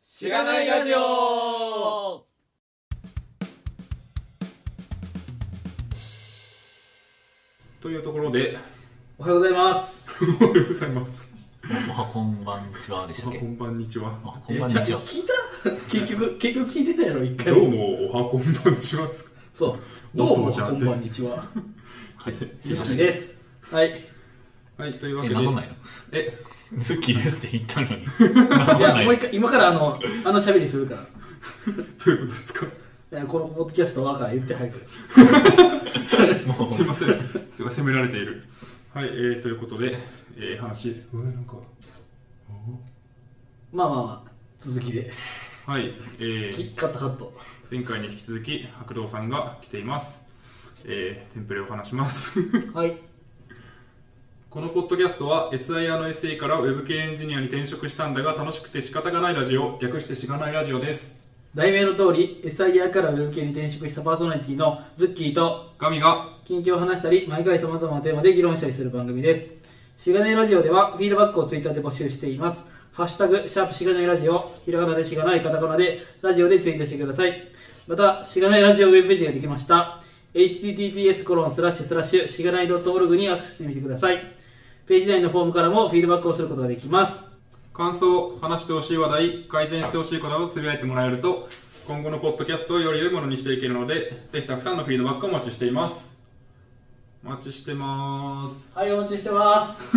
しがないラジオというところで、おはようございます。おはようございます。おはこんばんちはでしたっおはこけんばんにちは。おはこんばんにちは。聞いた 結局、結局聞いてないの、一回ども。うも、おはこんばんちは。そう。どうおも、父ちゃんこんばんにちは。はい。すゆいまきせん。え、です。はい。いはい、というわけ名で、乗んないのえ、好きですって言ったのに。や、もう名一回、今からあの、あの喋りするか。どういうことですからいやこのポッドキャストはから言って早く。もすいません。すいません、責められている。はい、えー、ということで、えー、話、うわなんか、まあまあまあ、続きで。はい、えきー、カットカット。前回に引き続き、白道さんが来ています。えー、テンプレを話します。 はい。このポッドキャストは SIR の SA からウェブ系エンジニアに転職したんだが楽しくて仕方がないラジオ、略してしがないラジオです。題名の通り、SIR からウェブ系に転職したパーソナリティのズッキーと、ガミが、近況を話したり、毎回様々なテーマで議論したりする番組です。しがないラジオでは、フィードバックをツイッターで募集しています。ハッシュタグ、シャープしがないラジオ、ひらがなでしがない、カタカナで、ラジオでツイートしてください。また、しがないラジオウェブページができました。https コロンスラッシュスラッシュしがない .org にアクセスしてみてください。ページ内のフォームからもフィードバックをすることができます。感想、話してほしい話題、改善してほしいことなどつぶやいてもらえると、今後のポッドキャストをより良いものにしていけるので、ぜひたくさんのフィードバックをお待ちしています。お待ちしてます。はい、お待ちしてます。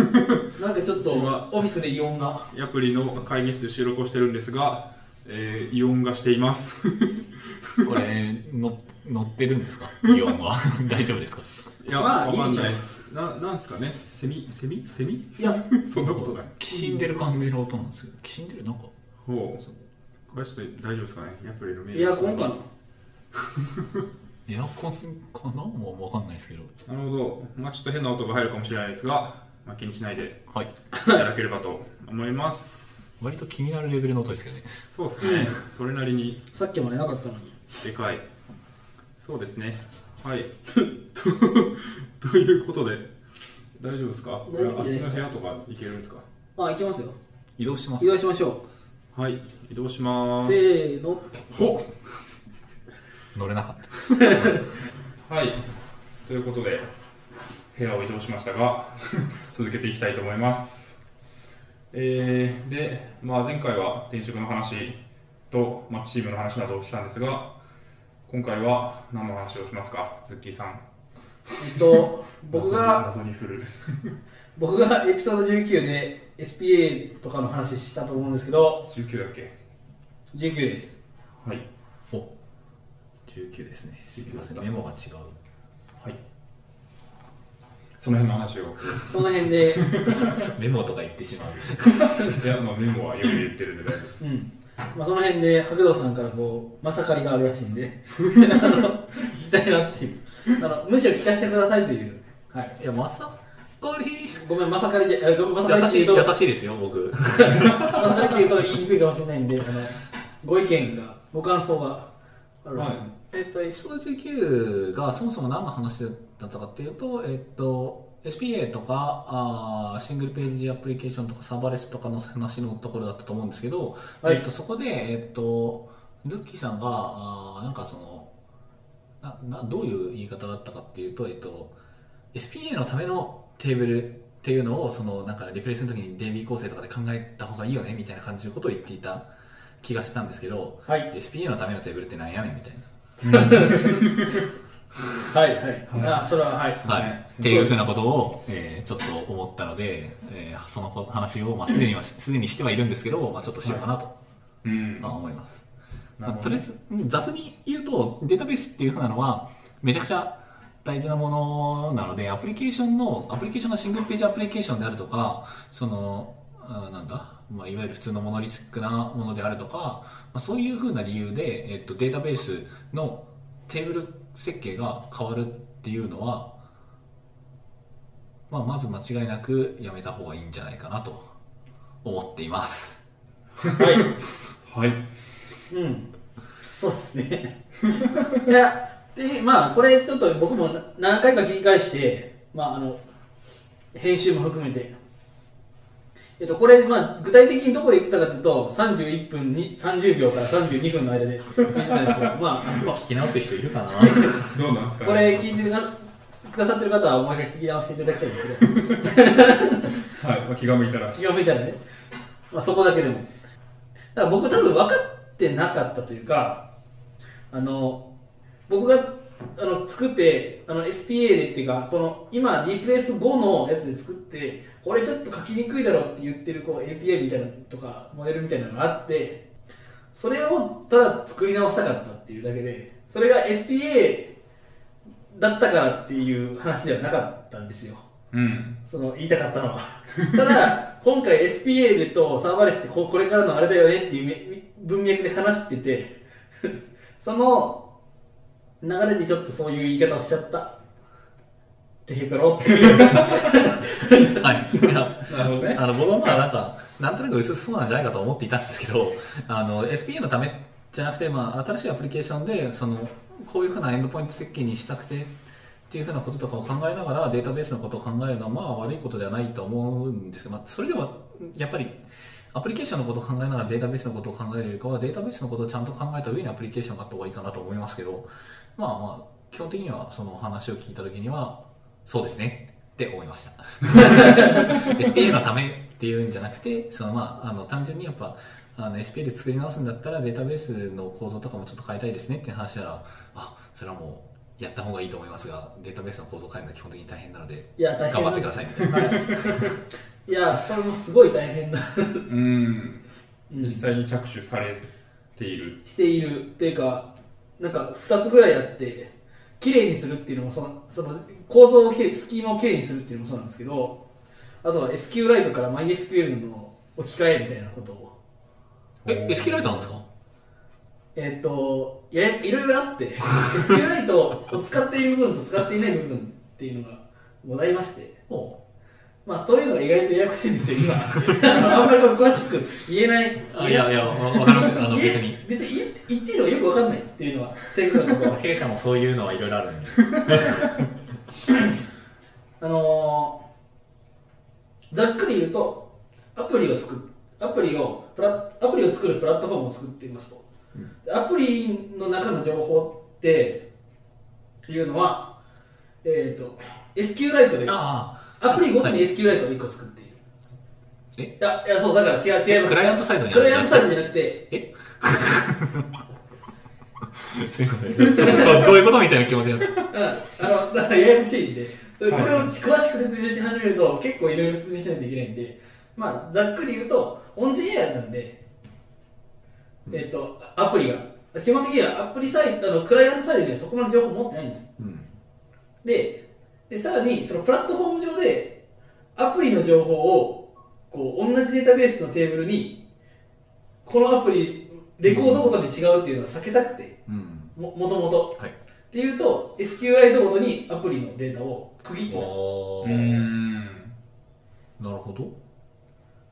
なんかちょっと、今オフィスで異音が。アプリの会議室で収録をしてるんですが、えー、異音がしています。これ、の乗ってるんですかイオンは。 大丈夫ですかい や、まあわかいいんんじゃなないいです。な、なんすかねセミセミセミ いや、そんなことない。きしんでる感じの音なんですよ。きしんでるなんか。ほう。これちょっと大丈夫ですかねアプリのメールエアコンかなエアコンかなもうわかんないですけど。なるほど。まあちょっと変な音が入るかもしれないですが、まあ、気にしないではい。いただければと思います。割と気になるレベルの音ですけどね。そうですね。それなりにさっきまでなかったのに。でかい。そうですね。 はい。と、ということで、大丈夫ですか大丈あ夫っちですの部屋とか行けるんですかあ、行きますよ。移動しま移す。動しましょはい。移動しまう。ーせす。ーの。ほっ乗れなかった。はい。ということで、部屋を移動しましたが、 続けていきたいと思います。えーで、まあ、前回は転職の話と、まあ、チームの話などをしたんですが、今回は何の話をしますか、ズッキーさん。えっと、僕が、謎に謎に振る。僕がエピソード19で SPA とかの話したと思うんですけど、 19だっけ19です。はい。お19ですね。すみません。メモが違う。はい。その辺の話を。 その辺で、メモとか言ってしまう。いや、まあ、メモはよく言ってるんで大丈うん。まあ、その辺で、白道さんからこう、まさかりがあるらしいんで、あの、聞きたいなっていう。あの、むしろ聞かせてくださいという。はい。いや、まさかり。ごめん、まさかりで、えごめんまさかり優ってし言い、うと、優まさしいですよ、僕。かりって言うと言いにくいかもしれないんで、あの、ご意見が、ご感想がある夫。らしい。えっと、エピソード19がそもそも何の話だったかっていうと、えっと、SPA とかあーシングルページアプリケーションとかサーバーレスとかの話のところだったと思うんですけど、はいえっと、そこで、えっと、ズッキーさんがあーなんかそのななどういう言い方だったかっていうと、えっと、SPA のためのテーブルっていうのをそのなんかリフレースの時に DB 構成とかで考えた方がいいよねみたいな感じのことを言っていた気がしたんですけどはい。 SPA のためのテーブルってなんやねんみたいな。はいはい、あそれははい、はい、っていうふうなことを、えーちょっと思ったので、えーその話を、まあ、すでにはすでにしてはいるんですけど、まあ、ちょっとしようかなとうん。まあ思います、なるまあほとどりあえずうん雑に言うとデータベースっていうふうなのはめちゃくちゃ大事なものなのでアプリケーションのアプリケーションがシングルページアプリケーションであるとかそのあなんだ、まあ、いわゆる普通のモノリスクなものであるとか、まあ、そういうふうな理由で、えっと、データベースのテーブル設計が変わるっていうのは、まあ、まず間違いなくやめた方がいいんじゃないかなと思っています。はい。うん、そうですね。いや、で、まあ、これちょっと僕もな何回か聞き返して、まあ、あの、編集も含めて、えっと、これ、まあ、具体的にどこで言ってたかというと、31分に、30秒から32分の間で言ってたんですよ。まあ、まあ聞き直す人いるかなどうなんですかねこれ聞いてくだくださってる方は、もう一回聞き直していただきたいんですけど、はい、まあ、気が向いたら。気が向いたらね、まあ、そこだけでも。だから僕多分分かってなかったというか、あの、僕が、あの、作って、あの、SPA でっていうか、この、今、リプレイス5のやつで作って、これちょっと書きにくいだろうって言ってる、こう、APA みたいなのとか、モデルみたいなのがあって、それをただ作り直したかったっていうだけで、それが SPA だったからっていう話ではなかったんですよ。うん。その言いたかったのはた だ今回 SPA でとサーバーレスってここれからのあれだよねっていうめ文脈で話してて その流れでちょっとそういう言い方をしちゃったてへぺろって いう はいいやなるほどねあの僕はまあなんか、なんとなく薄々そうなんじゃないかと思っていたんですけど、あの SPA のためじゃなくて、まあ、新しいアプリケーションでその、こういうふうなエンドポイント設計にしたくてっていうふうなこととかを考えながら、データベースのことを考えるのは、まあ悪いことではないと思うんですけど、まあ、それでもやっぱり、アプリケーションのことを考えながらデータベースのことを考えるよりかは、データベースのことをちゃんと考えた上にアプリケーションを買った方がいいかなと思いますけど、まあまあ、基本的にはその話を聞いたときには、そうですねって思いました。SPA のためっていうんじゃなくてその、まあ、あの単純にやっぱあの SPA で作り直すんだったらデータベースの構造とかもちょっと変えたいですねって話ならあそれはもうやった方がいいと思いますがデータベースの構造を変えるのは基本的に大変なのでいや大変頑張ってくださいみたいなはいいやそれもすごい大変なうん。うん実際に着手されている。しているっていうかなんか2つぐらいあって綺麗にするっていうのもそのその構造をきれいスキーマを綺麗にするっていうのもそうなんですけどあとは SQ ライトから MySQL の置き換えみたいなことをえ SQ ライトなんですかえっ、といやいろいろあ って SQ ライトを使っている部分と使っていない部分っていうのがございましておうまあそういうのが意外とややこしいんですよ今 あのあんまりこれ詳しく言えないあいやいやわわかりますあの言え別に別に言って言っていいのはよくわかんないっていうのは正確なところ弊社もそういうのはいろいろあるんであのーざっくり言うとアプリを作るアプリをプラアプリを作るプラットフォームを作っていますと、アプリの中の情報っていうのはえっ、と SQLite であアプリごとにはい SQLite を1個作っている、えあいやそうだから違う違いますクライアントサイドにあクるライアントサイドじゃなくてえすいませんどどういうことみたいな気持ちになったうんあの、だからややこしいんで、これをはい詳しく説明し始めると、結構いろいろ説明しないといけないんで、まあ、ざっくり言うと、オンジエアなんで、えっと、アプリが、基本的にはアプリサイト、あのクライアントサイドにはそこまで情報持ってないんです。うんで、でさらに、そのプラットフォーム上で、アプリの情報を、こう、同じデータベースのテーブルに、このアプリ、レコードごとに違うっていうのは避けたくて、うんも、もともと。はいっていうと SQLite ごとにアプリのデータを区切ってたおうーん。なるほど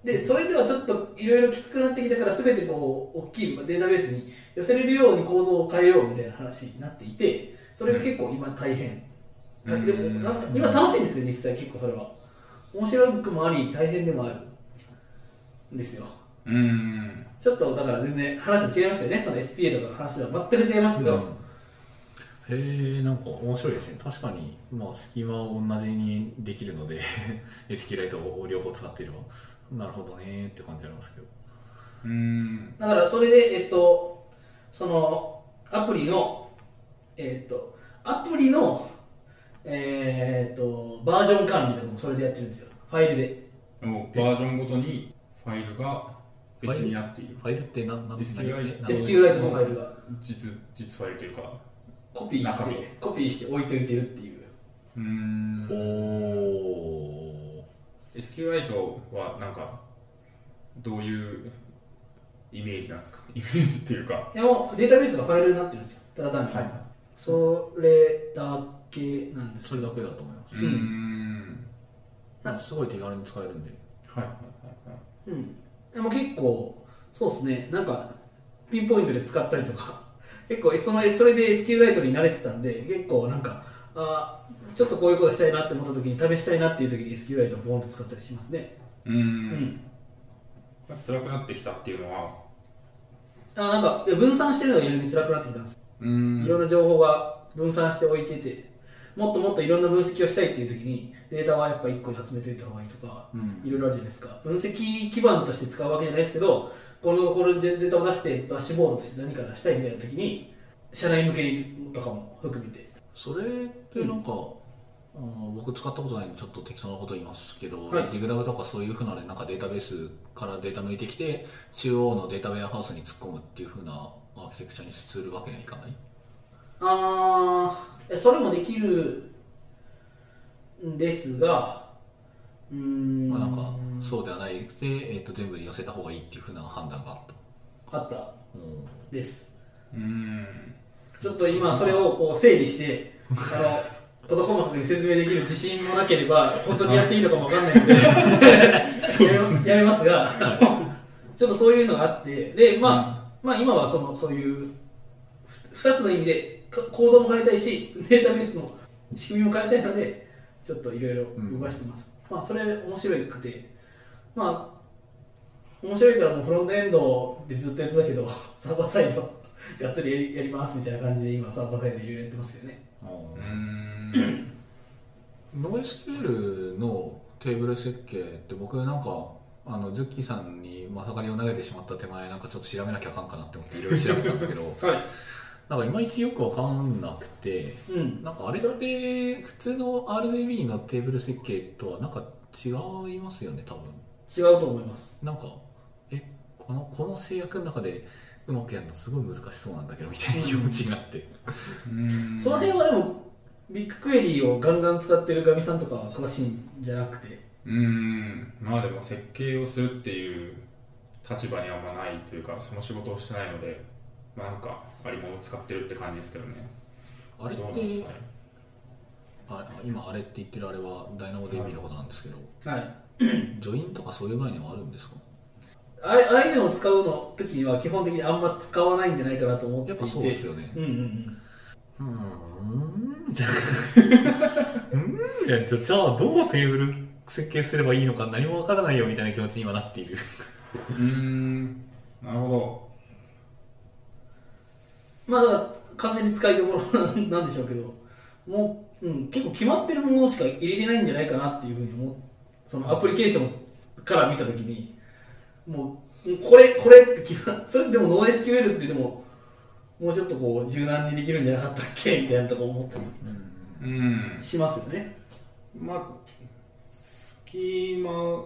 でそれではちょっといろいろきつくなってきたから全てこう大きいデータベースに寄せれるように構造を変えようみたいな話になっていてそれが結構今大変、たでうんもた今楽しいんですよ実際結構それは面白くもあり大変でもあるんですようん。ちょっとだから全然話違いますよねその SPA とかの話とは全く違いますけど、うんへえなんか面白いですね確かに、まあ、隙間を同じにできるので SQ ライトを両方使っていればなるほどねって感じありますけどうん。だからそれで、えっと、そのアプリの、えっと、アプリの、えっと、バージョン管理とかもそれでやってるんですよ、ファイルで。でもバージョンごとにファイルが別になっている。ファイルって何何 SQ ライト何 SQ ライトのファイルが実、実ファイルというか。コピーし中身て、コピーして置いといてるっていう。うーんお。お SQLite はなんか、どういうイメージなんですか イメージっていうか。でも、データベースがファイルになってるんですよ、ただ単に。それだけなんですそれだけだと思いますうーん。なんかすごい手軽に使えるんではいはいはいはい。うん、でも結構、そうですね、なんか、ピンポイントで使ったりとか、 結構その、それで SQLite に慣れてたんで、結構なんか、あーちょっとこういうことしたいなって思った時に、試したいなっていう時に SQLite をボーンと使ったりしますね。うーん。辛くなってきたっていうのは、あなんかいや分散してるのが逆に辛くなってきたんですよ、うーんいろんな情報が分散しておいててもっともっといろんな分析をしたいっていう時にデータはやっぱ1個に集めといた方がいいとか、うんいろいろあるじゃないですか分析基盤として使うわけじゃないですけどこのこれでデータを出してダッシュボードとして何か出したいみたいな時に社内向けにとかも含めてそれってなんか、うん僕使ったことないんでちょっと適当なこと言いますけど、はいディグダグとかそういうふうなのでなんかデータベースからデータ抜いてきて中央のデータウェアハウスに突っ込むっていうふうなアーキテクチャにするわけにはいかないあーえそれもできるんですがうーんまあ、なんかそうではないくて、えー、と全部に寄せた方がいいっていうふうな判断があった、あったうんですうーんちょっと今それをこう整理してあの事細かに説明できる自信もなければ本当にやっていいのかもわかんないのでやめやめますがちょっとそういうのがあってで、まあまあ今はそのそういう2つの意味でか構造も変えたいしデータベースの仕組みも変えたいのでちょっといろいろ動かしてます、まあそれ面白くてまあ面白いからもうフロントエンドでずっとやってたけどサーバーサイドがっつりやりやりますみたいな感じで今サーバーサイドいろいろやってますけどねうーんノイスケールのテーブル設計って僕なんかあのズッキーさんにまさかりを投げてしまった手前なんかちょっと調べなきゃあかんかなって思っていろいろ調べてたんですけどはなんかいまいちよくわかんなくていうんなんかあれって普通の RDB のテーブル設計とはなんか違いますよね多分違うと思いますなんかえこのこの制約の中でうまくやるのすごい難しそうなんだけどみたいな気持ちになってうーんその辺はでもビッグクエリーをガンガン使ってるガミさんとかは詳しいんじゃなくてうーんまあでも設計をするっていう立場にはあんまないというかその仕事をしてないのでまあなんかありものを使ってるって感じですけどねあれっどうなんですてかねあ今あれって言ってるあれはダイナモ DB のことなんですけど、はいジョインとかそういう概念はあるんですかあれああいうのを使うの時には基本的にあんま使わないんじゃないかなと思ってやいってぱそうですよね。うんうんうんうーん。じゃあ、うーん。じゃあ、じゃあどうテーブル設計すればいいのか何もわからないよみたいな気持ちに今なっている。うーんなるほまあだから完全に使いどころなんなんでしょうけどもう、うん、結構決まってるものしか入れれないんじゃないかなっていうふうに思うそのアプリケーションから見た時にもうこれこれって決まそれでもノー SQL ってでももうちょっとこう柔軟にできるんじゃなかったっけみたいなとこ思ったりどうんしますよねまあ、スキーマ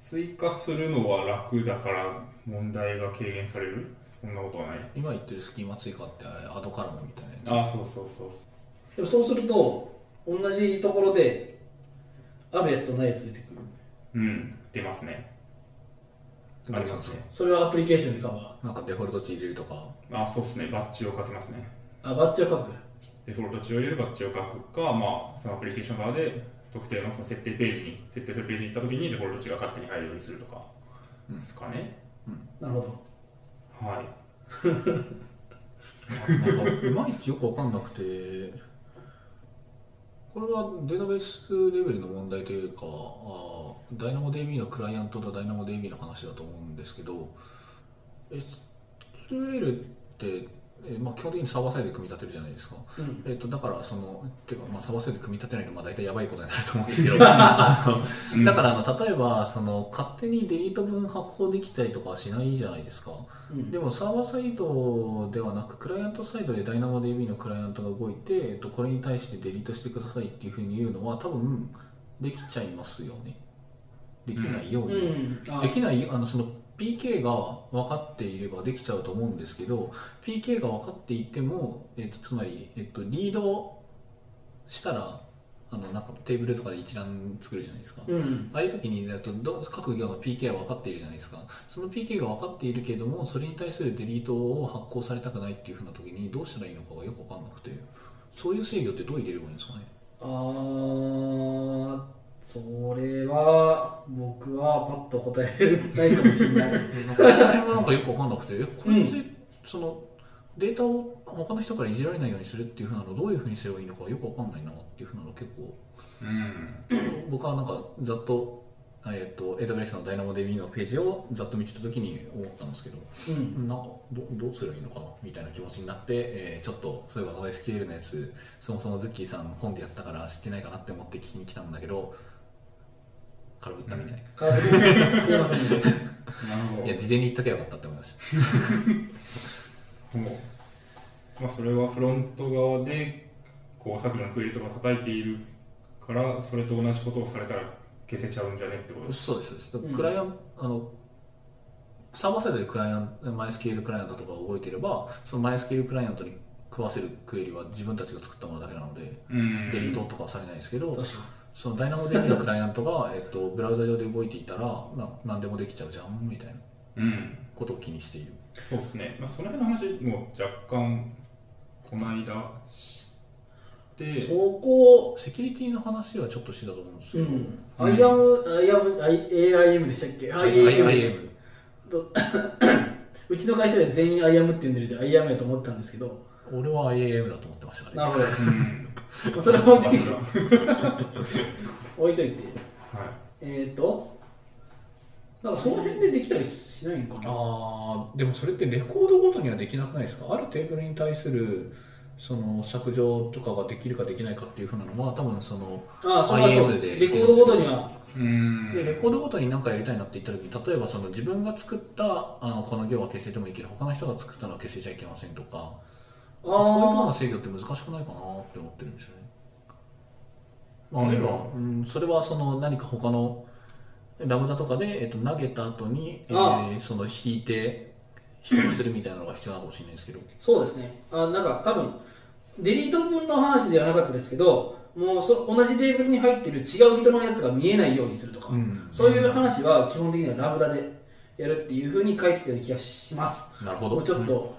追加するのは楽だから問題が軽減されるそんなことはない今言ってるスキーマ追加ってアドカラムみたいなやつ。ああそうそうそうそでもそうすると同じところであるやつとないやつ出てくるううん出ますねありますねそれはアプリケーションでカバなんかデフォルト値入れるとか。あそうですねバッジを書きますねーあバッジを書くデフォルト値を入れるバッジを書くかまあそのアプリケーション側で特定のその設定ページに設定するページに行った時にデフォルト値が勝手に入るようにするとかですかね、なるほど はいなんかいまいちよくわかんなくてこれはデータベースレベルの問題というかあダイナモ DB のクライアントとダイナモ DB の話だと思うんですけど SQL って、えまあ、基本的にサーバーサイドで組み立てるじゃないですか、うんえっとだからそのてか、まあ、サーバーサイドで組み立てないとまあ大体やばいことになると思うんですけどあのだからあの例えばその勝手にデリート分発行できたりとかはしないじゃないですか、うんでもサーバーサイドではなくクライアントサイドで DynamoDB のクライアントが動いて、えっと、これに対してデリートしてくださいっていうふうに言うのは多分できちゃいますよねできないように、うんあできないあのその PK が分かっていればできちゃうと思うんですけど PK が分かっていても、えっと、つまり、えっと、リードしたらあのなんかテーブルとかで一覧作るじゃないですか、うんああいう時にだとど各行の PK は分かっているじゃないですかその PK が分かっているけれどもそれに対するデリートを発行されたくないっていうふうな時にどうしたらいいのかがよく分かんなくてそういう制御ってどう入れればいいんですかねあーそれは僕はパッと答えないかもしれないなんかその辺はなんかよく分かんなくてえこれって、そのデータを他の人からいじられないようにするっていうふうなのをどういうふうにすればいいのかよく分かんないなっていうふうなの結構うん僕はなんかざっとえっと AWS の DynamoDB のページをざっと見てた時に思ったんですけどうんなんかどどうすればいいのかなみたいな気持ちになって、えーちょっとそういえば NoSQL のやつそもそもズッキーさんの本でやったから知ってないかなって思って聞きに来たんだけど空振ったみたい、空振りすいませんでしたほいや事前に言っときゃよかったって思いましたどもうまあ、それはフロント側でこう削除のクエリとか叩いているからそれと同じことをされたら消せちゃうんじゃねってことですそうですそうです、うんクライアンあのサーバーサイドでクライアンマイスケールクライアントとか動いてればそのマイスケールクライアントに食わせるクエリは自分たちが作ったものだけなので、うんデリートとかはされないですけど、確かそのダイナモデルのクライアントが、えっと、ブラウザ上で動いていたらな何でもできちゃうじゃんみたいなうんことを気にしているそうですね、まあ、その辺の話も若干この間してにそこをセキュリティの話はちょっとしてたと思うんですうけど、ん IAM IAM IAM でしたっけ IAM IAM うちの会社では全員 IAM って呼んでるんで IAM やと思ってたんですけど俺は IAM だと思ってましたねなるほどうんまあそれは置いといてまあそ置いといてれははいえっとなんかその辺でできたりしないんかなあーでもそれってレコードごとにはできなくないですかあるテーブルに対するその削除とかができるかできないかっていうふうなのは多分そのああそうだそう IAM でですレコードごとにはうんでレコードごとに何かやりたいなって言った時例えばその自分が作ったあのこの行は消せてもいいけど他の人が作ったのは消せちゃいけませんとかあそういうところのー制御って難しくないかなって思ってるんですよね。まあ、あるいは、うん、それはその何か他のラムダとかで、えっと、投げた後に、えあー、その引いて比較するみたいなのが必要なのかもしれないですけど。そうですねあなんか多分デリート分の話ではなかったですけどもうそ同じテーブルに入ってる違う人のやつが見えないようにするとか、うんそういう話は基本的にはラムダでやるっていうふうに書いてたような気がしますなるほもど。うちょっと、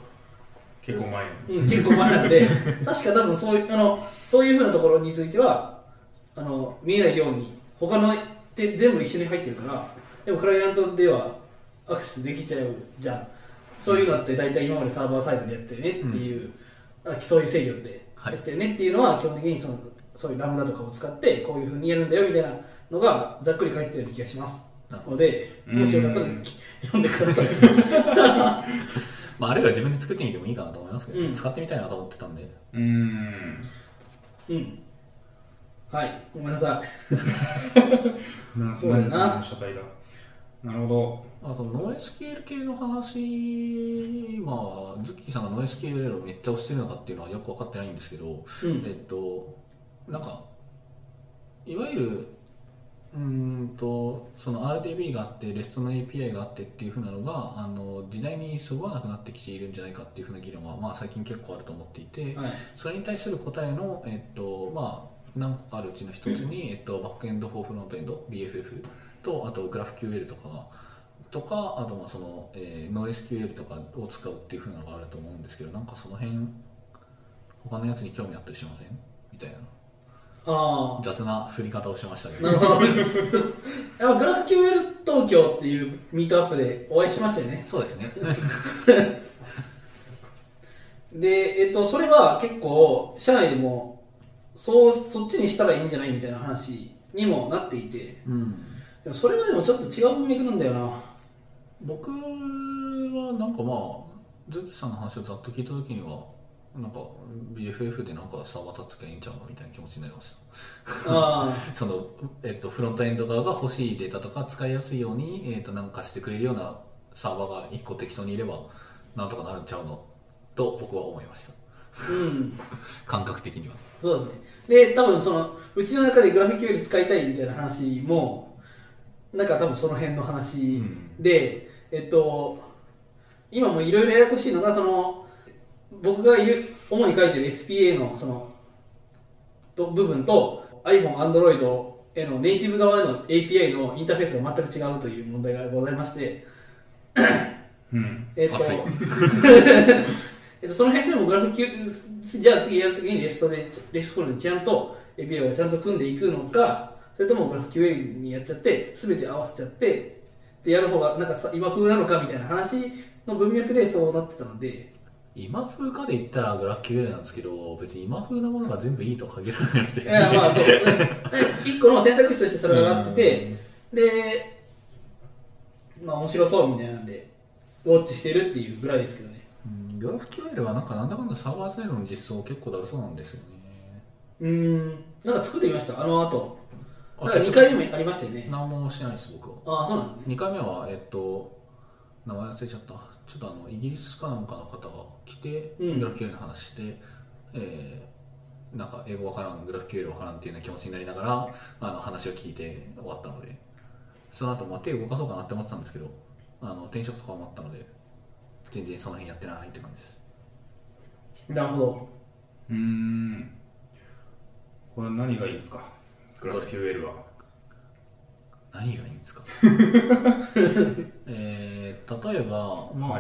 結構前にうん、結構前なんで確か多分そういうあのそういうふうなところについてはあの見えないように他ので全部一緒に入ってるからでもクライアントではアクセスできちゃうじゃんそういうのって大体今までサーバーサイドでやってるねっていう、あそういう制御でやはいってるねっていうのは基本的にそのそういうラムダとかを使ってこういうふうにやるんだよみたいなのがざっくり書いてたような気がしますなるほのでうんもしよかったらき読んでくださいまあ、あるいは自分で作ってみてもいいかなと思いますけど、うん使ってみたいなと思ってたんで。うんうんはいごめんなさいなそうだなな謝罪だなるほあと、ノエスケール系の話、まあ、ズッキーさんがノエスケールをめっちゃ推してるのかっていうのはよく分かってないんですけど、うんえっとなんかいわゆるうーんとその RDB があって REST の API があってっていう風なのがあの時代にそぐわなくなってきているんじゃないかっていう風な議論は、まあ、最近結構あると思っていてはい、それに対する答えの、えっとまあ、何個かあるうちの一つに、えっと、バックエンド・フォーフロントエンド BFF とあとグラフ QL とかがとかあとまあその、えー、NoSQL とかを使うっていう風なのがあると思うんですけどなんかその辺他のやつに興味あったりしませんみたいなあ雑な振り方をしましたけあなどるほどやっぱグラフ QL 東京っていうミートアップでお会いしましたよねそう ですねで、えっと、それは結構社内でもそうそっちにしたらいいんじゃないみたいな話にもなっていてうんでもそれはでもちょっと違う文脈なんだよな僕はなんかまあズッキーさんの話をざっと聞いた時にはなんか BFF でなんかサーバー立つきゃいいんちゃうのみたいな気持ちになりましたあその、えっと、フロントエンド側が欲しいデータとか使いやすいように、えっと、なんかしてくれるようなサーバーが1個適当にいればなんとかなるんちゃうのと僕は思いましたあうん感覚的にはそうですねで多分そのうちの中でグラフ QL 使いたいみたいな話もなんか多分その辺の話で、えっと今もいろいろややこしいのがその僕がいる主に書いてる SPA のそのと部分と iPhone、Android へのネイティブ側への API のインターフェースが全く違うという問題がございまして、どうんえっと熱い えっとその辺でもグラフ Q じゃあ次やるときにレストでレストでちゃんと API をちゃんと組んでいくのかそれともグラフ QL にやっちゃって全て合わせちゃってでやる方がなんかさ今風なのかみたいな話の文脈でそうなってたので今風かで言ったらグラフ QL なんですけど別に今風なものが全部いいとは限らないので いやまあそう一個の選択肢としてそれがなっててで、まあ面白そうみたいなんで、ウォッチしてるっていうぐらいですけどね。うん、グラフ QL はなんかなんだかんだサーバーサイドの実装結構だるそうなんですよね。うーん、なんか作ってみました、あの後。あなんか2回目もありましたよね。何もしてないです、僕は。ああ、そうなんですね。 2回目は、えっと、名前忘れちゃった、ちょっとあのイギリスかなんかの方が来て、うんグラフ QL の話して、えーなんか英語わからん、グラフ QL わからんっていうような気持ちになりながら、あの話を聞いて終わったので、その後、まあ、手動かそうかなって思ってたんですけど、あの転職とかもあったので、全然その辺やってないって感じです。なるほど。うーん。これ何がいいですかグラフ QL は。何がいいんで すかえー例えば、まあは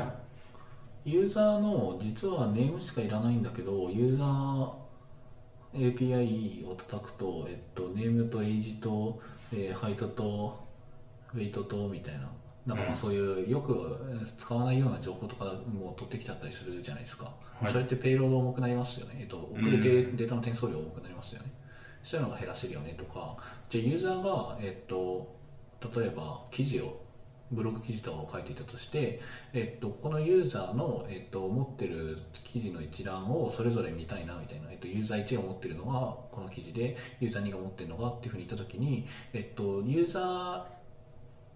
いユーザーの実はネームしかいらないんだけどユーザー API を叩くと、えっと、ネームとエイジと、えーハイトとウェイトとみたいななんかまうあんそういうよくえー使わないような情報とかも取ってきちゃったりするじゃないですか、はいそれってペイロード重くなりますよね、えっと、遅れてデータの転送量重くなりますよね、そういうのが減らせるよねとかじゃあユーザーが、えっと、例えば記事をブログ記事とかを書いていたとして、えっと、このユーザーの、えっと、持ってる記事の一覧をそれぞれ見たいなみたいな、えっと、ユーザー1が持ってるのがこの記事でユーザー2が持ってるのがっていうふうに言った時に、えっと、ユーザ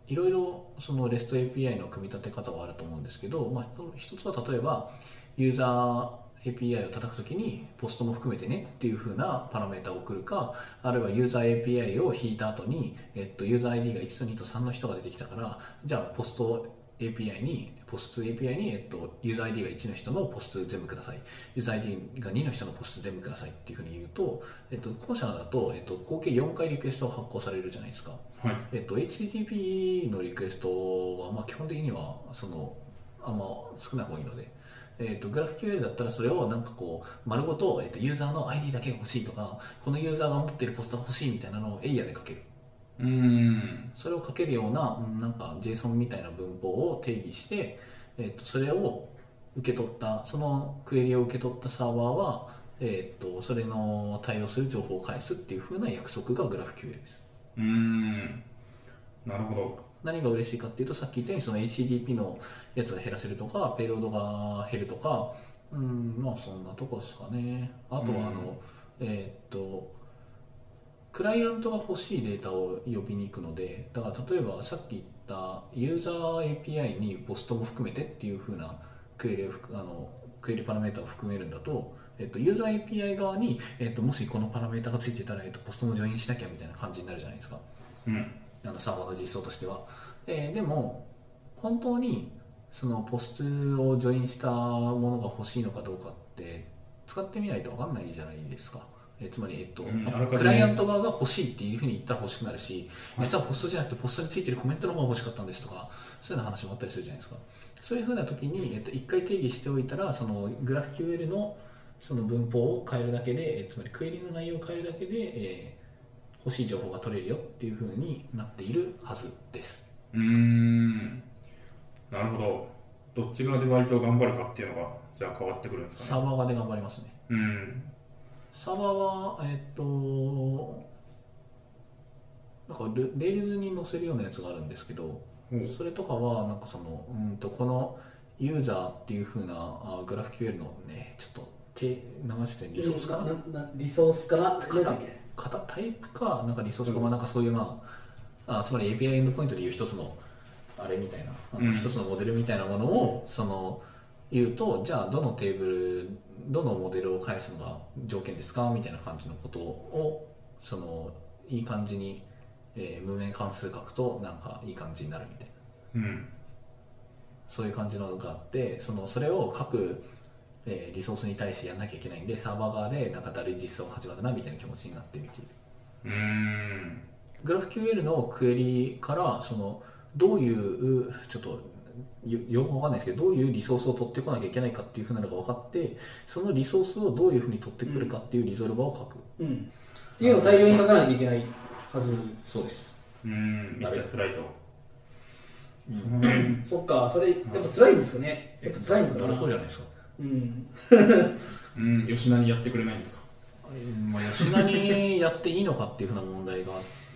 ーいろいろその REST API の組み立て方はあると思うんですけど、まあ、一つは例えばユーザー API を叩くときにポストも含めてねっていう風なパラメータを送るかあるいはユーザー API を引いた後に、えっと、ユーザー ID が1と2と3の人が出てきたからじゃあポスト API にポスト API に、えっと、ユーザー ID が1の人のポスト全部くださいユーザー ID が2の人のポスト全部くださいっていうふうに言うと、えっと、後者だと、えっと、合計4回リクエストを発行されるじゃないですかはい。えっと、HTTP のリクエストは、まあ、基本的にはそのあんま少ない方がいいので、えっと、GraphQL だったらそれをなんかこう丸ごと、えっと、ユーザーの ID だけが欲しいとかこのユーザーが持ってるポストが欲しいみたいなのをエイヤーで書けるうーん。それを書けるようなうんなんか JSON みたいな文法を定義して、えっと、それを受け取ったそのクエリを受け取ったサーバーは、えっと、それの対応する情報を返すっていう風な約束が GraphQL ですうーん。なるほど。何が嬉しいかっていうとさっき言ったようにその HTTP のやつが減らせるとかペイロードが減るとかうんまあそんなとこですかねあとはあの、えーっとクライアントが欲しいデータを呼びに行くのでだから例えばさっき言ったユーザー API にポストも含めてっていう風なクエリを含あのクエリパラメータを含めるんだと、えっと、ユーザー API 側に、えっと、もしこのパラメータがついてたら、えっと、ポストもジョインしなきゃみたいな感じになるじゃないですかうん。あのサーバーの実装としては、えーでも本当にそのポストをジョインしたものが欲しいのかどうかって使ってみないと分かんないじゃないですか、えーつまり、えっとうんあらかじめクライアント側が欲しいっていうふうに言ったら欲しくなるしはい実はポストじゃなくてポストについてるコメントの方が欲しかったんですとかそういうような話もあったりするじゃないですかそういうふうな時に、えっと、1回定義しておいたらそのグラフ QL のその文法を変えるだけで、えーつまりクエリの内容を変えるだけで、えー欲しい情報が取れるよっていうふうになっているはずですうーん。なるほど。どっち側で割と頑張るかっていうのが、じゃあ変わってくるんですかサね。ーバー側で頑張りますねうん。サーバーはえっとなんかルレールズに載せるようなやつがあるんですけどおうそれとかはなんかそのうんとこのユーザーっていうふうなあグラフ QL のねちょっと手流してリソースかなななリソースかななんだっけ型タイプかなんかリソースか、まあなんかそういうまああつまり API エンドポイントでいう一つのあれみたいなあうのん一つのモデルみたいなものをその言うとじゃあどのテーブルどのモデルを返すのが条件ですかみたいな感じのことをそのいい感じに、えー無名関数書くとなんかいい感じになるみたいなうん。そういう感じのがあってそのそれを各、えーリソースに対してやんなきゃいけないんでサーバー側でなんかだるい実装が始まるなみたいな気持ちになって見ているうーん。グラフ QL のクエリからそのどういうちょっとよ用語わかんないですけどどういうリソースを取ってこなきゃいけないかっていうふうなのが分かってそのリソースをどういうふうに取ってくるかっていうリゾルバーを書く、うん。っていうのを大量に書かないといけないはず。そうですうーん。めっちゃ辛いと。うんその辺、そっか、それ、やっぱ辛いんですかね。やっぱ辛いのだかるな。そうじゃないですかうん。うん、吉田にやってくれないんですかまあ、吉田にやっていいのかっていうふうな問題が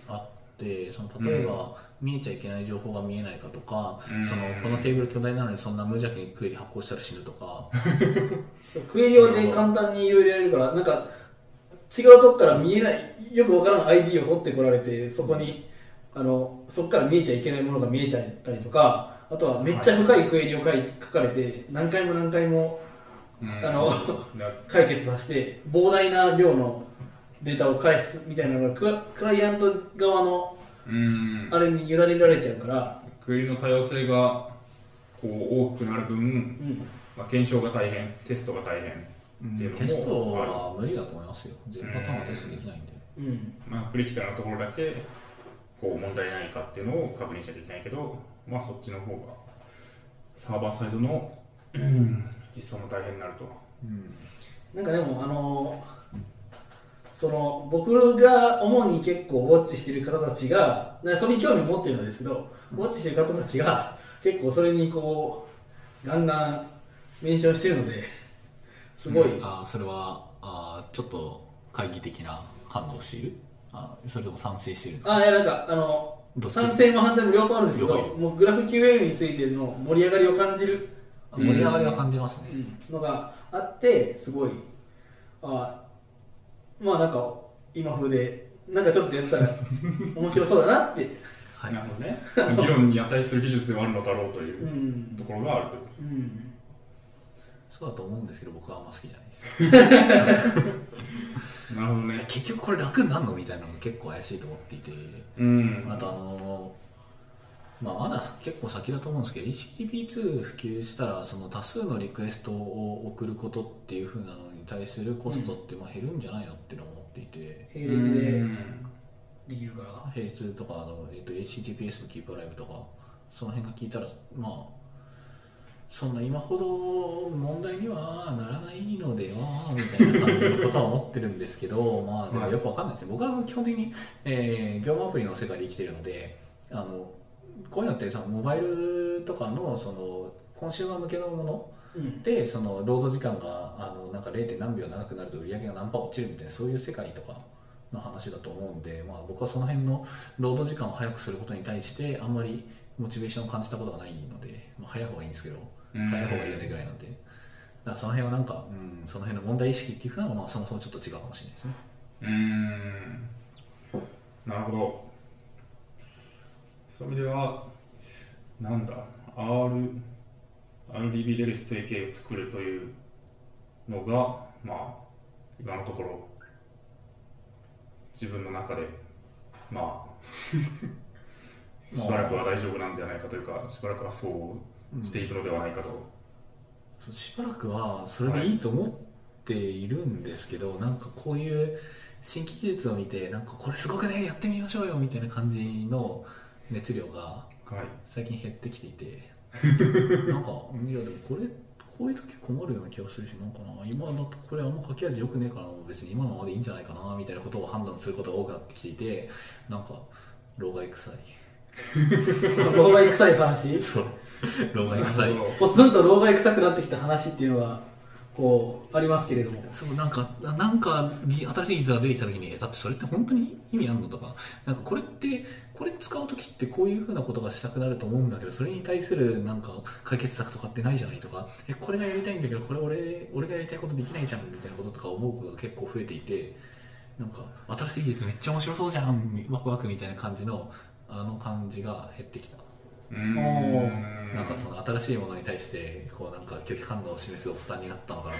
あってってその例えば見えちゃいけない情報が見えないかとか、うんそのこのテーブル巨大なのにそんな無邪気にクエリ発行したら死ぬとか、そうクエリをね、簡単にいろいろやれるから、なんか、違うとこから見えない、よくわからない ID を取ってこられて、そこに、あの、そこから見えちゃいけないものが見えちゃったりとか、あとはめっちゃ深いクエリを書い書かれて、何回も何回もうんあのな解決させて、膨大な量のデータを返すみたいなのが、クラクライアント側のうんあれに委ねられちゃうから、クエリの多様性がこう多くなる分、うん。まあ、検証が大変テストが大変、っていうのもテストは無理だと思いますよ全パターンはテストできないんで、うん。まあ、クリティカルなところだけこう問題ないかっていうのを確認しなきゃいけないけど、まあ、そっちの方がサーバーサイドのうん実装も大変になるとなんかでも、あのその僕が主に結構ウォッチしてる方たちが、なそれに興味を持ってるんですけど、ウォッチしてる方たちが結構それにこう、ガンガンメンションしてるので、すごい、あーそれはあーちょっと懐疑的な反応をしているあーそれとも賛成しているのかあいやなんか、あのどっち賛成も反対も両方あるんですけど、両方もうグラフ QL についての盛り上がりを感じる盛り上がりは感じますね、のがあってすごいあまあなんか今風でなんかちょっとやったら面白そうだなってはいなるほどね議論に値する技術ではあるのだろうというううんところがあるといううんそうだと思うんですけど僕はあんま好きじゃないですなるほどね 結局これ楽になんのみたいなのが結構怪しいと思っていてうんあとあのーまあ、まだ結構先だと思うんですけど HTTP2 普及したらその多数のリクエストを送ることっていう風なのに対するコストってまあ減るんじゃないのっていうのを思っていて、並列うでんできるから平日とかあの、えっと HTTPS のキープアライブとかその辺が聞いたらまあそんな今ほど問題にはならないのではみたいな感じのことは思ってるんですけど まあでもよくわかんないですね僕は基本的に、えー業務アプリの世界で生きてるのであのこういうのってさモバイルとかのそのコンシューマー向けのものうんでその労働時間があのなんか 0. 何秒長くなると売り上げが何パー落ちるみたいなそういう世界とかの話だと思うんで、まあ、僕はその辺の労働時間を早くすることに対してあんまりモチベーションを感じたことがないので、まあ、早い方がいいんですけどうん早い方がいいよねぐらいなんでだからその辺はなんか、うん、その辺の問題意識っていうのはまあそもそもちょっと違うかもしれないですねうーんなるほど。それでは、なんだ、R、RDB でレス提携を作るというのが、まあ、今のところ、自分の中で、まあ、しばらくは大丈夫なんではないかというか、しばらくはそうしていくのではないかと。そうしばらくはそれでいいと思っているんですけど、なんかこういう新規技術を見てなんかこれすごくねやってみましょうよみたいな感じの熱量がはい。最近減ってきていてなんかいやでもこれこういう時困るような気がするしなんかな今だとこれあんま書き味良くねえから別に今のままでいいんじゃないかなみたいなことを判断することが多くなってきていてなんか老害臭い老害臭い話そう老害臭いなるほどポツンと老害臭くなってきた話っていうのはこうありますけれどもそうなんかななんかぎ新しい技術が出てきた時にえだってそれって本当に意味あんのとかなんかこれってこれ使う時ってこういうふうなことがしたくなると思うんだけどそれに対するなんか解決策とかってないじゃないとかえこれがやりたいんだけどこれ俺俺がやりたいことできないじゃんみたいなこととか思うことが結構増えていてなんか新しい技術めっちゃ面白そうじゃんワクワクみたいな感じのあの感じが減ってきた。うーんおなんかその新しいものに対してこうなんか拒否反応を示すおっさんになったのかな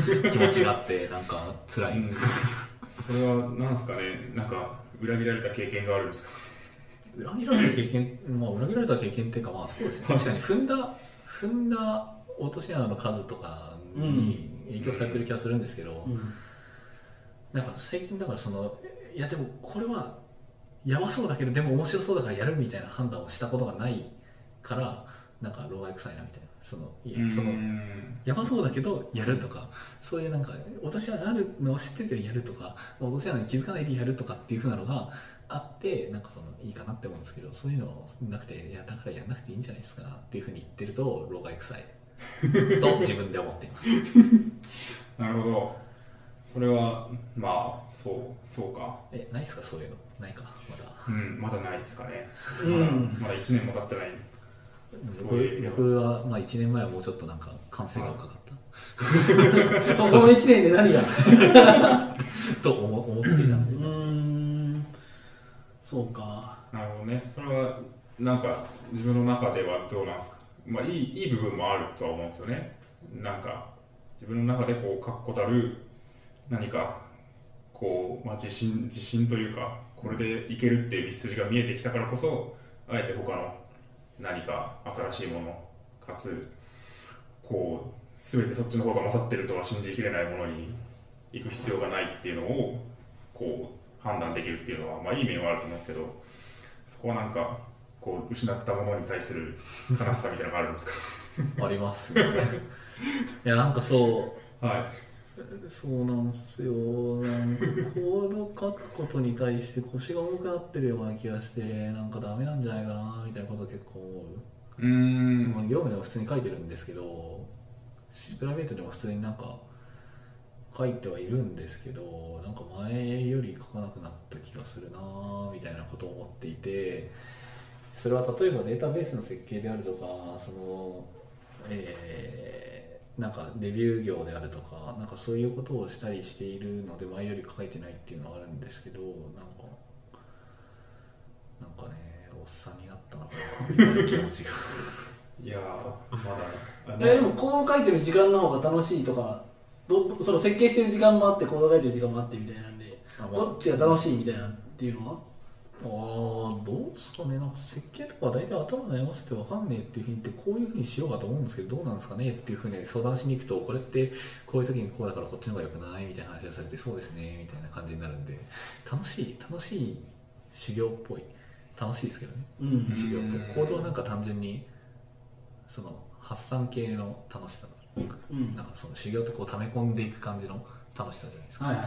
みたいな気持ちがあってなんか辛い、うんそれはなんですかね、なんか裏切られた経験があるんですか裏切られた経験まあ裏切られた経験っていうかまあそうですね確かに踏んだ踏んだ落とし穴の数とかに影響されてる気がするんですけど、うんなんか最近だからそのいやでもこれはやばそうだけどでも面白そうだからやるみたいな判断をしたことがないからなんか老害臭いなみたいなそのいやそのうーんやばそうだけどやるとかそういうなんか落とし穴あるのを知ってるけどやるとか落とし穴に気づかないでやるとかっていうふうなのがあってなんかそのいいかなって思うんですけどそういうのなくていやだからやんなくていいんじゃないですかっていうふうに言ってると老害臭いと自分で思っていますなるほど。そそれは、まあ、そう、そうか。え、ないっすか、そういうの。ないか、まだ。うん、まだないですかね。うまだ、んまだ1年も経ってない。そういう意味僕では僕は、まあ、1年前はもうちょっとなんか、感性が深かった。そこの1年で何がと思思っていたのう で。んそうかなるほどね。それは、なんか、自分の中ではどうなんですか。まあ、いい、いい部分もあるとは思うんですよね。なんか、自分の中で、こう、確固たる、何か、こう、まあ、自信、自信というか、これでいけるっていう道筋が見えてきたからこそ、あえて他の何か新しいもの、かつ、こう、すべてそっちの方が勝ってるとは信じきれないものに行く必要がないっていうのを、こう、判断できるっていうのは、まあ、いい面はあると思うんですけど、そこはなんか、こう、失ったものに対する悲しさみたいなのがあるんですあります、ね。いや、なんかそう、か はい。そうなんですよ。なんかコード書くことに対して腰が重くなってるような気がして、なんかダメなんじゃないかなみたいなことを結構思うーう。まあ、ん。業務でも普通に書いてるんですけど、しプライベートでも普通になんか書いてはいるんですけど、なんか前より書かなくなった気がするなみたいなことを思っていて、それは例えばデータベースの設計であるとか、その、えーなんかレビュー業であるとかなんかそういうことをしたりしているので前より書いてないっていうのはあるんですけどなんかなんかねおっさんになったなみたいな気持ちがいやー、まだ。あえでもコード書いてる時間の方が楽しいとかどどその設計してる時間もあってコード書いてる時間もあってみたいなんであ、まあどっちが楽しいみたいなっていうのはあーどうですかねなんか設計とかは大体頭悩ませて分かんねえっていう日にってこういうふうにしようかと思うんですけどどうなんですかねっていうふうに相談しに行くとこれってこういう時にこうだからこっちの方が良くないみたいな話をされてそうですねみたいな感じになるんで楽しい楽しい修行っぽい楽しいですけどねうん授業うん行動はなんか単純にその発散系の楽しさうんなんかその修行ってこう溜め込んでいく感じの楽しさじゃないですか、はいはい、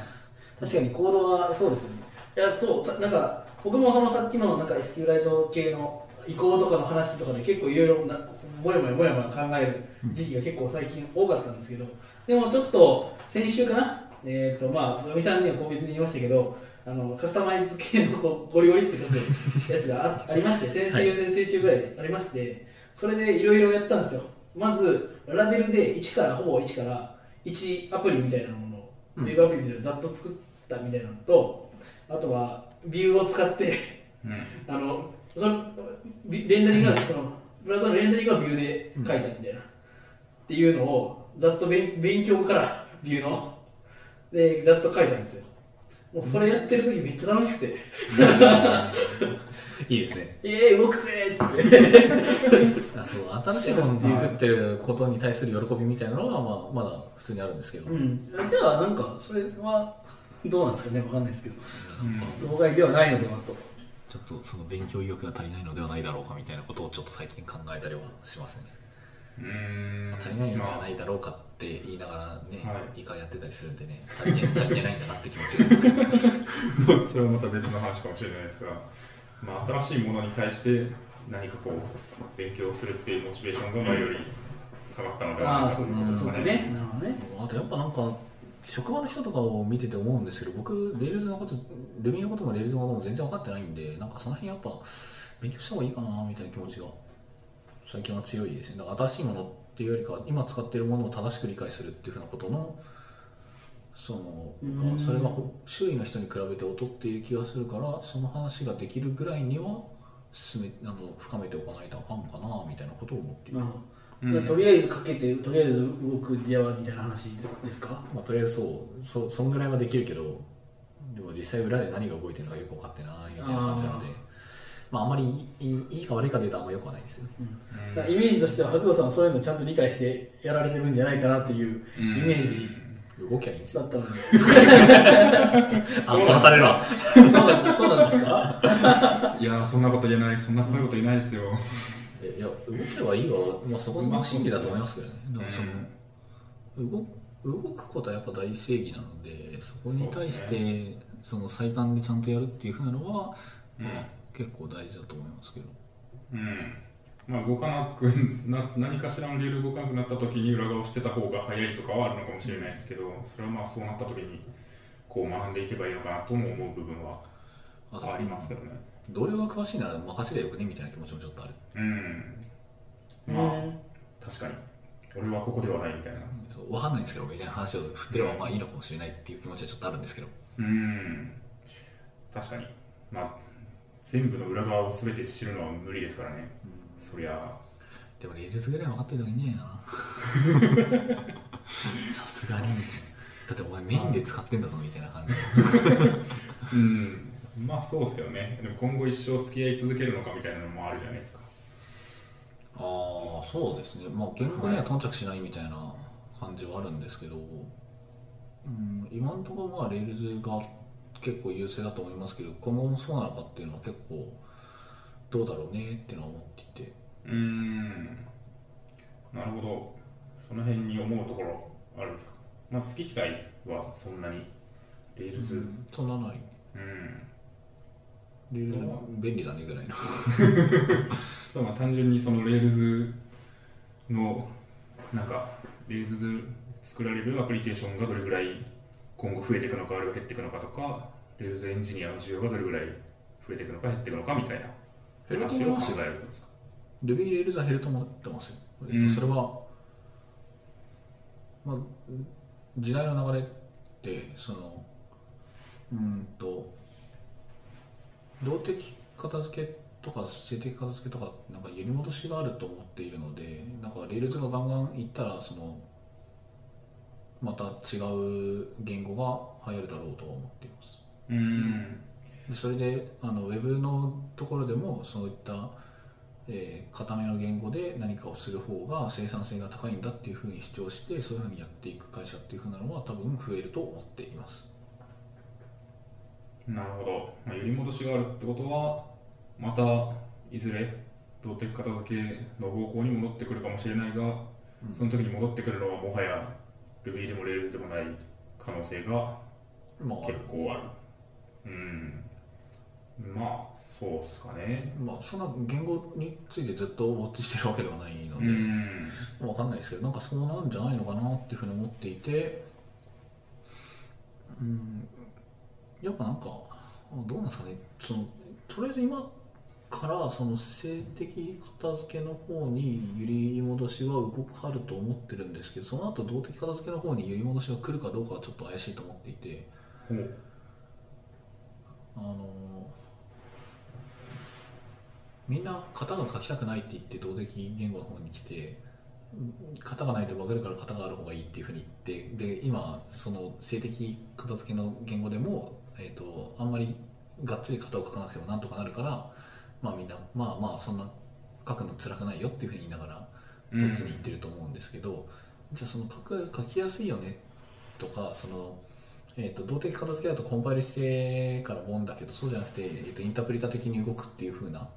確かにコードはそうですねいやそうさなんか僕もそのさっきのなんか SQ ライト系の移行とかの話とかで結構いろいろなもやもやもやもや考える時期が結構最近多かったんですけどでもちょっと先週かなえっ、とまあガミさんには個別に言いましたけどあのカスタマイズ系のこうゴリゴリって書くやつがあありまして先は々い先々週ぐらいでありましてそれでいろいろやったんですよまずラベルで1からほぼ1から1アプリみたいなものをウうんェブアプリみたいなのをざっと作ったみたいなのとあとはビューを使ってうん。 あのそのビレンダリングはそのプラットのレンダリングはビューで書いたみたいな、っていうのをざっと勉勉強から ビューのでざっと書いたんですよもうそれやってる時めっちゃ楽しくていいですね「ええ動くぜ!」っつってあそう新しいものを作ってることに対する喜びみたいなのが、まあ、まだ普通にあるんですけど、うなんかんじゃあなんかそれはどうなんですかねわかんないですけど老害ではないのではとちょっとその勉強意欲が足りないのではないだろうかみたいなことをちょっと最近考えたりはしますね、うーんまあ、足りないのではまないだろうかって言いながらね、、はいいかやってたりするんでね足りて足りてないんだなって気持ちがありますけどあ それはまた別の話かもしれないですが、まあ、新しいものに対して何かこう、勉強するっていうモチベーションが前より下がったのではあなあいかそうとでいすうことねそっちですかね。ねなるほどねあとやっぱなんか職場の人とかを見てて思うんですけど僕レールズのことルビーのこともレールズのことも全然分かってないんでなんかその辺やっぱ勉強した方がいいかなみたいな気持ちが最近は強いですねだから新しいものっていうよりかは今使っているものを正しく理解するっていうふうなことのそのうんがそれがほ周囲の人に比べて劣っている気がするからその話ができるぐらいには進めあの深めておかないとあかんかなみたいなことを思っているなるほどうんだからとりあえずかけてとりあえず動くではみたいな話ですですかまあ、とりあえずそうそそんぐらいはできるけどでも実際裏で何が動いてるのかよく分かってないみたいな感じなのであーまあ、あんまりいいいいか悪いかで言うとあんまよくはないですよねだからイメージとしては白鵬さんはそういうのをちゃんと理解してやられてるんじゃないかなっていうイうんメージ動きゃいいんですだよったので、あ殺 されるわそうなんですそうなんですかいやー、そんなこと言えない、そんな怖いこと言えないですよ。えいや動けばいいわ、まあ、そこそこ真理だと思いますけどねでもその動動くことはやっぱ大正義なのでそこに対しそうでてその最短でちゃんとやるっていうふうなのは、うんまあ結構大事だと思いますけどうんまあ、動かなく な何かしらのレール動かなくなった時に裏側をしてた方が早いとかはあるのかもしれないですけどそれはまあそうなった時にこう学んでいけばいいのかなとも思う部分はありますけどね。同僚が詳しいなら任せりゃよくねみたいな気持ちもちょっとあるうん。うん まあ、確かに。俺はここではないみたいな。そう分かんないんですけどみたいな話を振ってればまあいいのかもしれないっていう気持ちはちょっとあるんですけどうん。確かに。まあ、全部の裏側を全て知るのは無理ですからね。そりゃ、でもレールズぐらい分かってるといいんじゃないかな さすがにだってお前メインで使ってんだぞみたいな感じうん。まあそうですけどね。でも今後一生付き合い続けるのかみたいなのもあるじゃないですか。ああそうですねまあ言語には頓着しないみたいな感じはあるんですけど、うん、今のところまあレールズが結構優勢だと思いますけど今後もそうなのかっていうのは結構どうだろうねっていうのは思っていてうーんなるほどその辺に思うところあるんですか、まあ、好き嫌いはそんなにレールズうん、そんなないレールズ便利だねぐらいのでもまあ単純にそのレールズのなんかレールズ作られるアプリケーションがどれぐらい今後増えていくのかあるいは減っていくのかとかレールズエンジニアの需要がどれぐらい増えていくのか減っていくのかみたいな減ると話思いをま考すよえるんですか Ruby レールズは減ると思ってますよ、えっとうんそれは、まあ、時代の流れってそのうーんと動的片付けとか性的片付けとかなんか揺り戻しがあると思っているのでなんかレールズがガンガンいったらそのまた違う言語が流行るだろうとは思っていますうーんでそれであのウェブのところでもそういった、えー固めの言語で何かをする方が生産性が高いんだっていうふうに主張してそういうふうにやっていく会社っていうふうなのは多分増えると思っていますなるほど、まあ、揺り戻しがあるってことはまたいずれ動的片付けの方向に戻ってくるかもしれないが、その時に戻ってくるのはもはや Ruby でも Rails でもない可能性がまああ結る構あるうんまあそうっすかねまあそんな言語についてずっとウォッチしてるわけではないのうで、んわかんないですけどなんかそうなんじゃないのかなっていうふうに思っていてうんやっぱなんかどうなんですかねそのとりあえず今からその性的片付けの方に揺り戻しは動くはると思ってるんですけどその後動的片付けの方に揺り戻しが来るかどうかはちょっと怪しいと思っていてほうあのみんな型が書きたくないって言って動的言語の方に来て型がないと分かるから型がある方がいいっていうふうに言ってで今その性的片付けの言語でも、えー、とあんまりがっつり型を書かなくてもなんとかなるからまあみんなまあまあそんな書くの辛くないよっていうふうに言いながらそっちに行ってると思うんですけど、じゃあその書く書きやすいよねとかそのえー、と動的片付けだとコンパイルしてからボンだけどそうじゃなくて、えー、とインタープリタ的に動くっていう風な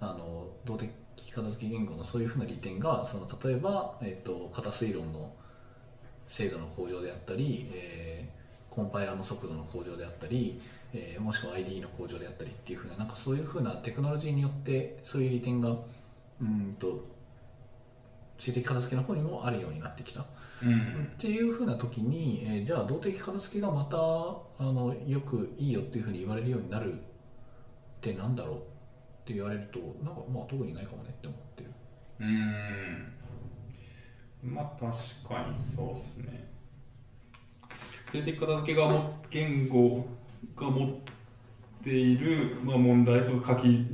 あの動的片付け言語のそういう風な利点がその例えば、えー、と型推論の精度の向上であったり、えーコンパイラーの速度の向上であったり、えーもしくは ID の向上であったりっていう風ななんかそういう風なテクノロジーによってそういう利点がうーんと性的片付けの方にもあるようになってきたうっんていうふうな時に、えーじゃあ動的片付けがまたあのよくいいよっていうふうに言われるようになるってなんだろうって言われるとなんかまあ特にないかもねって思ってるうーんまあ確かにそうですね性的片付けがも言語が持っている、まあ、問題その書き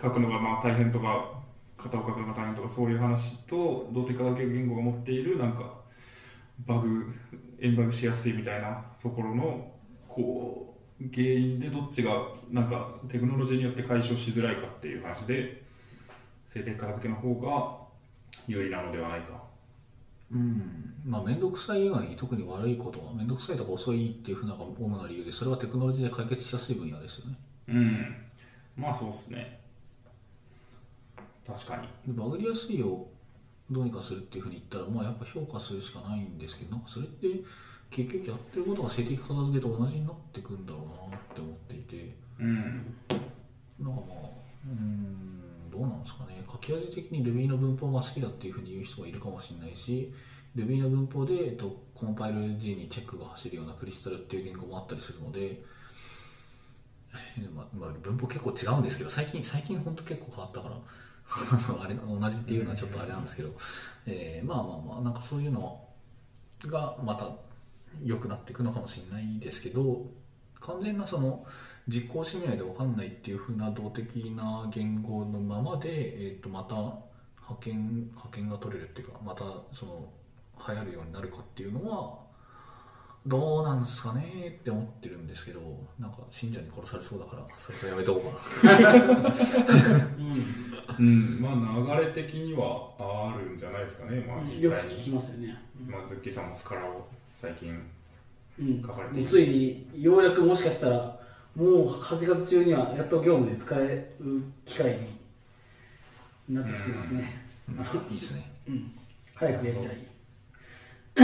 書くのがまあ大変とか型を書くのが大変とかそういう話と動的片付け言語が持っているなんかバグ円バグしやすいみたいなところのこう原因でどっちがなんかテクノロジーによって解消しづらいかっていう話で性的片付けの方が有利なのではないか。うんまあ面倒くさい以外に特に悪いことは面倒くさいとか遅いっていうふうなのが主な理由でそれはテクノロジーで解決しやすい分野ですよねうん。まあそうっすね。確かに。でバグりやすいをどうにかするっていうふうに言ったらまあやっぱ評価するしかないんですけどなんかそれって結局やってることが性的片付けと同じになってくんだろうなって思っていてうん。なんかまあうーんどうなんですかね書き味的に Ruby の文法が好きだっていうふうに言う人がいるかもしれないし Ruby の文法で、えっと、コンパイル時にチェックが走るようなクリスタルっていう言語もあったりするので、えーまあまあ、文法結構違うんですけど最近最近本当結構変わったから あのあれ同じっていうのはちょっとあれなんですけど、えーまあまあまあなんかそういうのがまた良くなっていくのかもしれないですけど完全なその実行してみないと分かんないっていう風な動的な言語のままで、えー、とまた派遣派遣が取れるっていうかまたその流行るようになるかっていうのはどうなんですかねって思ってるんですけどなんか信者に殺されそうだからそれとやめとこうかなうん、まあ流れ的にはあるんじゃないですかね、まあ、うんよ実く際聞きに、ますよね。まあ、ズッキーさんもスカラを最近うん、書かれていもうるついにようやくもしかしたらもう8月中にはやっと業務で使える機会になってきてますね、 いいですね早くやりた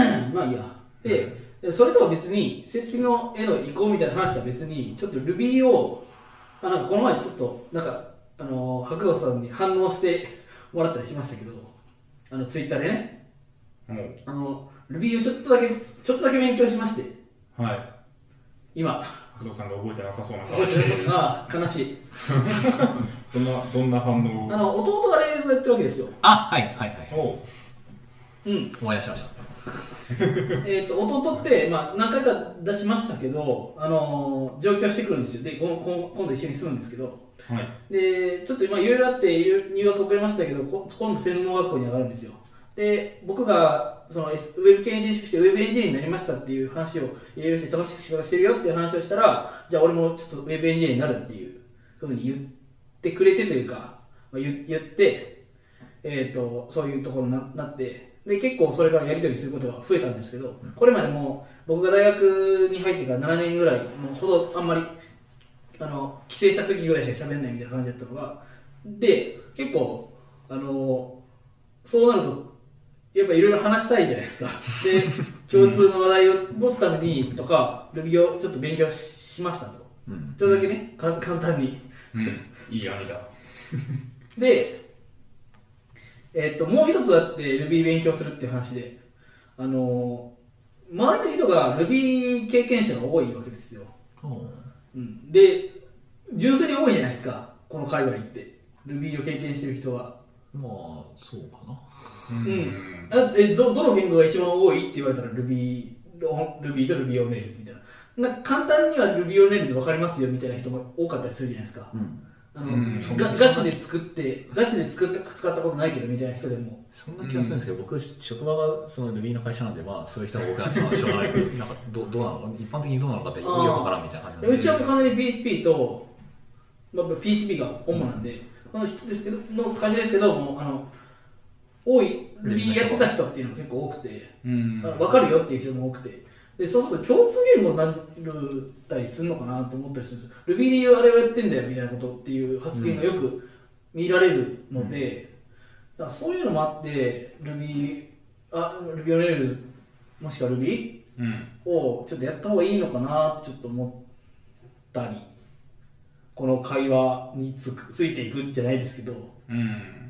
いまあいいやで、それとは別に成績のへの移行みたいな話とは別にちょっと Ruby をあなんかこの前ちょっとなんかあの白鵬さんに反応してもらったりしましたけどあのツイッターでねもうあの Ruby をちょっとだけちょっとだけ勉強しましては い今工藤さんが覚えてなさそうな顔してああ悲しい どんなどんな反あの弟がレースをやってるわけですよ。あはいはいはい応をうん。思い出しましたえっ、と弟ってまあ何回か出しましたけど、あのー上京してくるんですよ。で、こんこん今度一緒に住むんですけど、はいでちょっと今いろいろあっていろいろ入学遅れましたけど、こ今度専門学校に上がるんですよ。で、僕がその S- ウェブ系に転職してウェブエンジニアになりましたっていう話をいろいろして楽しく仕事してるよっていう話をしたら、じゃあ俺もちょっとウェブエンジニアになるっていうふうに言ってくれてというか、まあ、言言って。えー、とそういうところにななってで結構それからやり取りすることが増えたんですけど、これまでも僕が大学に入ってから7年ぐらいもうほどあんまりあの帰省した時ぐらいしか喋んないみたいな感じだったのがで結構あのそうなるとやっぱいろいろ話したいじゃないですかで共通の話題を持つためにとか Ruby をちょっと勉強しましたとうんちょっとだけねか簡単に。うんいい兄だで、えっともう一つだって Ruby 勉強するっていう話で、あの周りの人が Ruby 経験者が多いわけですよ、おうん、で純粋に多いじゃないですかこの界隈って Ruby を経験してる人は、まあそうかなううんあえどどの言語が一番多いって言われたら Ruby, Ruby と Ruby on Rails みたいななんか簡単には Ruby on Rails 分かりますよみたいな人も多かったりするじゃないですかうんあの、うんがガチで作ってガチで作った使ったことないけどみたいな人でもそんな気がするんですけど、僕職場がその Ruby の会社なんでまあそういう人が多くなってたのはしょうがないなんかどどうなの一般的にどうなのかってよくわからんみたいな感じなんうちですけはどもう完全に PHP と、まあ、PHP が主なんで、の人ですけど、の会社ですけど、もうあの、多い、レ Ruby ビューしたやっ人てた人っていうのが結構多くて、うんあの分かるよっていう人も多くて、でそうすると共通言語になるたりするのかなと思ったりするんですよ。Ruby でいうあれをやってんだよみたいなことっていう発言がよく見られるので、だからそういうのもあって、Ruby、あ、Ruby on Rails、もしくは Ruby? うんをちょっとやった方がいいのかなってちょっと思ったりこの会話につくついていくんじゃないですけどうん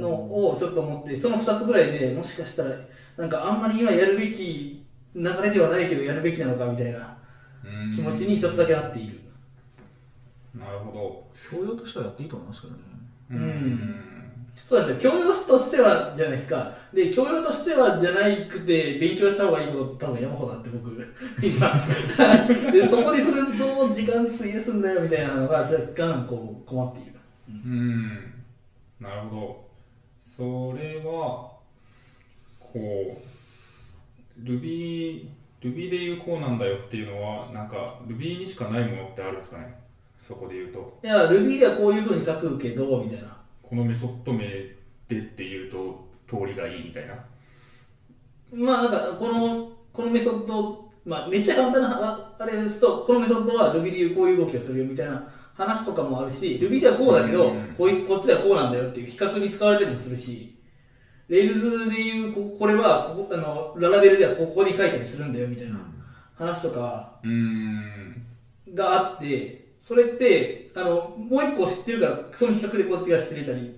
のをちょっと思ってその2つぐらいでもしかしたらなんかあんまり今やるべき流れではないけどやるべきなのかみたいなうん気持ちにちょっとだけなっている、なるほ教養としてはやっていいと思いますけどねどうんそうですよ教養としてはじゃないですかで教養としてはじゃないくて勉強した方がいいことって多分山ほどあって僕 今でそこにそれどう時間費やすんだよみたいなのが若干こう困っているうんなるほどそれはこう Ruby, Ruby でいうこうなんだよっていうのはなんか Ruby にしかないものってあるんですかねそこで言うといや Ruby ではこういうふうに書くけどみたいなこのメソッド名でっていうと通りがいいみたいなまあなんかこのこのメソッド、まあ、めっちゃ簡単なああれですとこのメソッドは Ruby でいうこういう動きをするよみたいな話とかもあるし Ruby ではこうだけど、うんこいつこっちではこうなんだよっていう比較に使われてるもするし Rails でいうここれはここあのララベルではここに書いたりするんだよみたいな話とかうんがあってそれってあのもう一個知ってるからその比較でこっちが知れたり、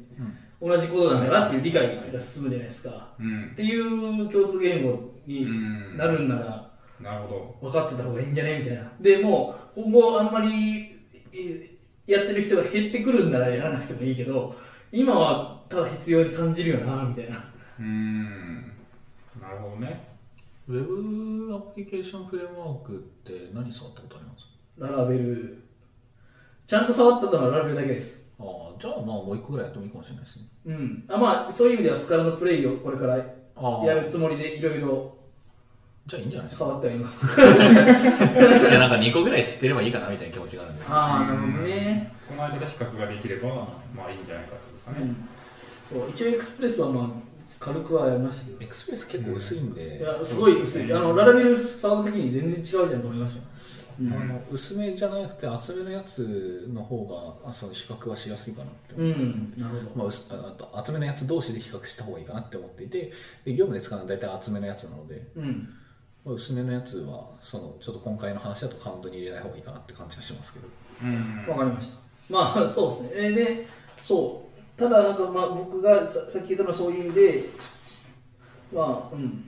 同じことなんだなっていう理解が進むじゃないですか。うんっ。ていう共通言語にうんなるんならなるほ分かってた方がいいんじゃねみたいな。でもう今後あんまりえやってる人が減ってくるんならやらなくてもいいけど、今はただ必要に感じるよな、みたいな。ど。うん。なるほどね。ウェブアプリケーションフレームワークって何触ったことありますララベル。ちゃんと触ったのはララベルだけです。ああ、じゃあまあもう一個ぐらいやってもいいかもしれないですね。うん。あまあ、そういう意味ではスカラのプレイをこれからやああ、るつもりでいろいろじゃあいいんじゃないですか。触ってはいます。いやなんか2個ぐらい知ってればいいかなみたいな気持ちがあるんで。ああ、なるほどうんね。。そこの間で比較ができれば、まあいいんじゃないかってことですかうね。んそう、一応エクスプレスはまあ、軽くはやりましたけど。エクスプレス結構薄いんで、いや、すごい薄い。あの、ララベル触った時に全然違うじゃんと思いました。うんあの薄めじゃなくて厚めのやつの方があその比較はしやすいかなって、うん、なるほまあ、薄あと厚めのやつ同士で比較した方がいいかなって思っていてで業務で使うのは大体厚めのやつなので、ど。うん。まあ、薄めのやつはそのちょっと今回の話だとカウントに入れない方がいいかなって感じがしますけどうん。わかりました。まあ、 そうですね。えーで、そう。ただ、なんか、まあ、僕がささっき言ったのはそういう意味で、まあ、うん。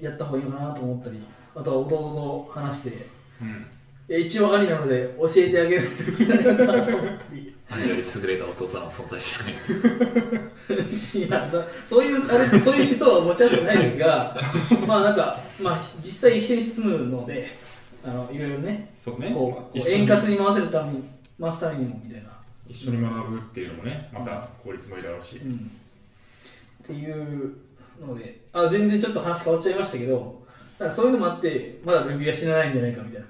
やった方がいいのかなと思ったり、あとは弟と話して、うん。いや一応ありなので教えてあげないといけないのかなと思ったり。あれより優れたお父さんは存在しないいやなそういうあれそういう思想は持ち合わせてないです がまあなんか、まあ、実際一緒に住むのであのいろいろねそうこね。うまあこう一緒に円滑に回せるために回すためにもみたいな、一緒に学ぶっていうのもね、また効率もいいだろうし。うん、っていうのであ全然ちょっと話変わっちゃいましたけどなんかそういうのもあってまだ Ruby は死なないんじゃないかみたいな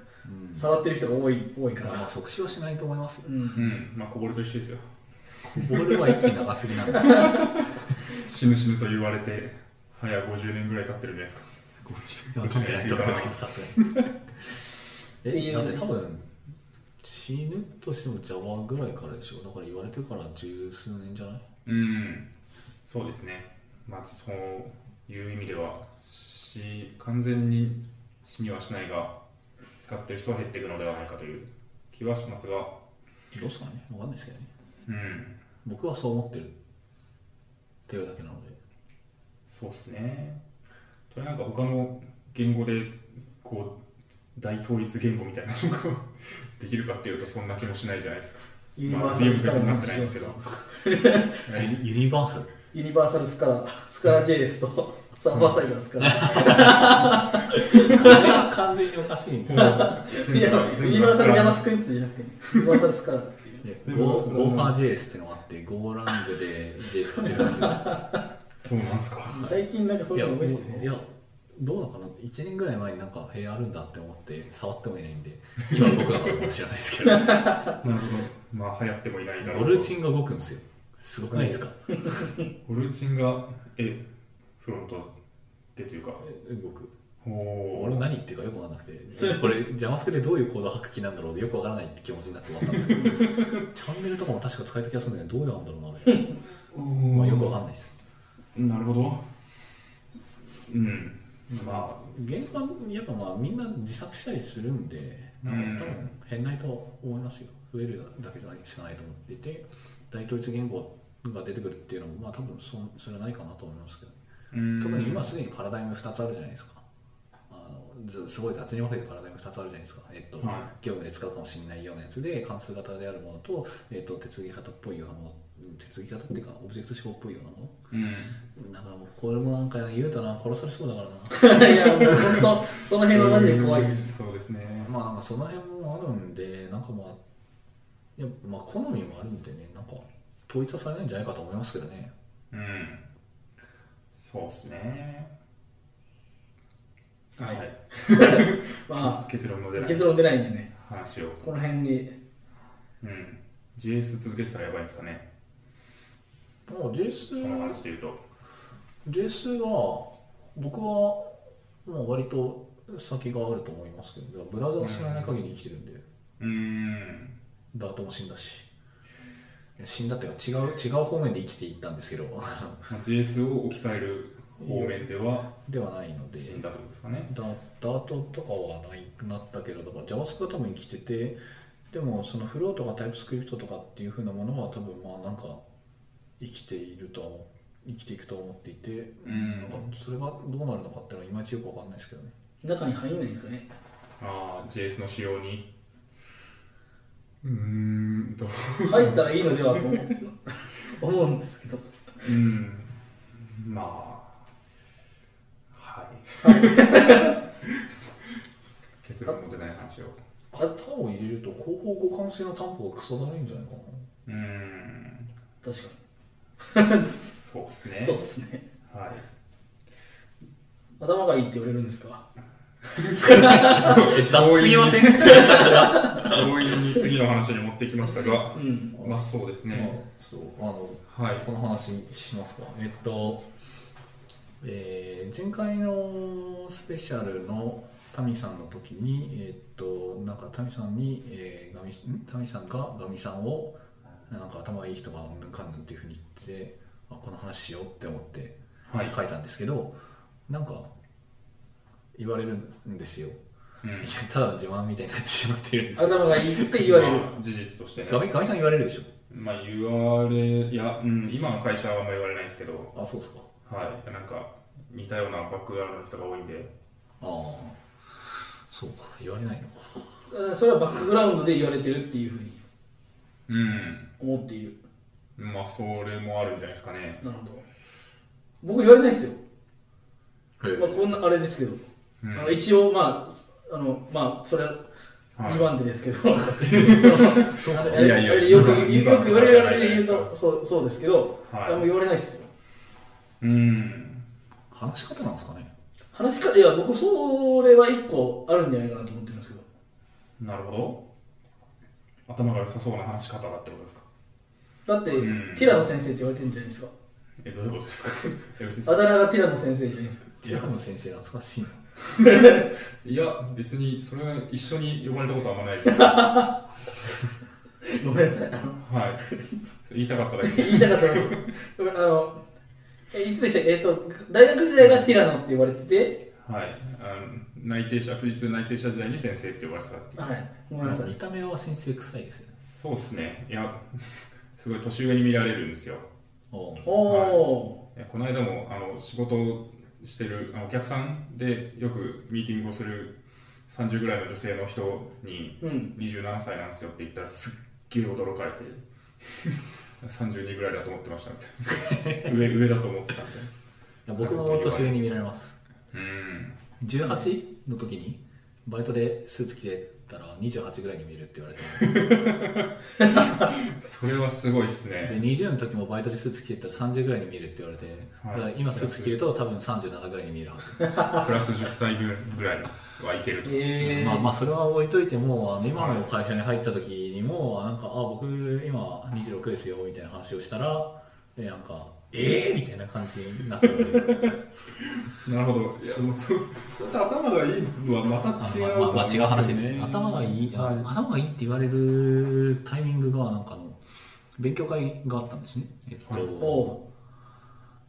うん触ってる人が多い多いかまら あ、即死はしないと思いますようんうん。まあこぼれと一緒ですよ。ボールは息長すぎなんで死ぬ死ぬと言われて、早50年ぐらい経ってるじゃないですか。 50分は関係ないと思いますけどさすがに えだって多分死ぬとしても邪魔ぐらいからでしょだから言われてから十数年じゃないうん。そうですね。まあそういう意味では、死、完全に死にはしないが、使ってる人は減っていくのではないかという気はしますが、どうすかねわかんないですけどねうん。僕はそう思ってるっていうだけなのでそうですね。それなんか他の言語で、こう、大統一言語みたいなのが できるかっていうとそんな気もしないじゃないですか。ユニまバあーサル全ス部カラ別になのってないんですけど。ユニバーサルユニバーサルスカラスカラ JS と サーバーサイドのスカラ完全におか しいねいや、ユニバーサルス JavaScript じゃなくて、ユニバーサルスカラーっていう。で Go- GopherJS っていうのがあって Go ラングで JS 書けるんですよそうなんすか。最近なんかそういいやうの多いっすいね。やどうなのかな1年ぐらい前になんか部屋あるんだって思って触ってもいないんで今動くのかも知らないですけどなるほど。まあ流行ってもいないだろうオルチンが動くんですよすごくないですかオルチンが、え、フロントでというか。動くお俺ー。何言ってるかよくわかんなくてこれ JavaScript でどういうコードを書く気なんだろうでよくわからないって気持ちになって終わったんですけどチャンネルとかも確か使えた気がするんだけどどうなんだろうなあれ、まあ、よくわかんないですなるほど。うん。まあ、現場やっぱまあみんな自作したりするんでなんか多分変ないと思いますよ増えるだけじゃないしかないと思っていて大統一言語が出てくるっていうのもまあ多分そそれはないかなと思いますけどうん特に今すでにパラダイム2つあるじゃないですかあのずすごい雑に分けてパラダイム2つあるじゃないですか、えっとはい業務で使うかもしれないようなやつで関数型であるものと、えっと、手継ぎ型っぽいようなもの手継ぎ型っていうかオブジェクト思考っぽいようなもうん。のなんかもうこれもなんか言うとな殺されそうだからないや、もう本当、その辺はマジで怖いです。そうですね。まあなんかその辺もあるんでなんかまあいやまあ好みもあるんでねなんか統一はされないんじゃないかと思いますけどねうん。そうですね。はいはい。ま結論の出あ、ない結論出ないんでね、話を。この辺に。うん。JS 続けてたらやばいんですかね。もうそ JS の話で言うと。 JS は僕はもう割と先があると思いますけどブラウザが死なない限り生きてるんで、うん。ダートも死んだしいや死んだっていうか違う違う方面で生きていったんですけど あまあ JS を置き換える方面ではのではないので死んだってことですかね。ダダートとかはないくなったけどだから JavaScript は多分生きててでもそのフローとか TypeScript とかっていう風なものは多分まあなんか生きているとは思う生きていくとは思っていて、うんなんかそれがどうなるのかっていうのはいまいちよくわかんないですけどね中に入んないんですかねああ JS の仕様にうーんと入ったらいいのではと思う思うんですけどうんまあはい 結論も出ない話を型を入れると広報互換性の担保がクソだるいんじゃないかなうーん確かにそうっすねそうっすねはい頭がいいって言われるんですか雑すぎません強引に次の話に持ってきました がうんまあそうですねそうあのはいこの話しますかえっと、えー前回のスペシャルのタミさんの時にえっとなんかタミさんに、えーガミんタミさんがガミさんをなんか頭いい人がうんぬんかんぬんっていうふうに言ってあこの話しようって思ってはい書いたんですけどなんか言われるんですようんいやただの自慢みたいになってしまってるんですよ頭がいいって言われるまあ事実としてガねミガミさん言われるでしょまあ言われいや、うん、今の会社はあんま言われないですけどあそうですかはいなんか似たようなバックグラウンドの人が多いんでああそうか言われないのかうんそれはバックグラウンドで言われてるっていうふうにうん思っているまあそれもあるんじゃないですかねなるほど僕言われないですよ、へえまあ、こんなあれですけど、うんあの一応まああのまあそれははい2番手 ですけど、そうかあのいやいやよく言二う番よく手言われる言うじゃないでとそうそうですけど、はいあの言われないですようん話し方なんですかね話し方いや僕それは1個あるんじゃないかなと思ってるんですけどなるほど頭が良さそうな話し方だってことですかだって、うんティラの先生って言われてるんじゃないですかえどういうことですか いや別あにだ名がティラの先生じゃないですかティラム先生懐かしいないや別にそれは一緒に呼ばれたことはあんまないですはごめんなさいあのい それ言いたかっただけです言いたかったなご めんあのえいつでしたっけえっと大学時代がティラノって言われててはいあの内定者富士通内定者時代に先生って呼ばれてたっていうはいごめんなさい見た目は先生臭いですよねそうですねいやすごい年上に見られるんですよおうおおいやこの間もあの仕事してるあのお客さんでよくミーティングをする30ぐらいの女性の人にー、うん27歳なんですよって言ったらすっげえ驚かれて32ぐらいだと思ってましたみたいな上上だと思ってたみたいいや僕も年上に見られますなうん18の時にバイトでスーツ着てたら28ぐらいに見えるって言 われてそれはすごいっすでね20の時もバイトでスーツ着てたら30ぐらいに見えるって言われて、はいだから今スーツ着ると多分37ぐらいに見え るはずプラス10歳ぐらいはいけるとえー、まあまあそれは置いといてもあの今の会社に入った時にもなんか「あ僕今26ですよ」みたいな話をしたらえなんか「えー!」みたいな感じになってなるほどいやもうそそれと頭がいいのはまた違うあとの思まあまあ違う話ですね頭がいい、あ頭がいいって言われるタイミングがなんかあの勉強会があったんですねえっと、はいお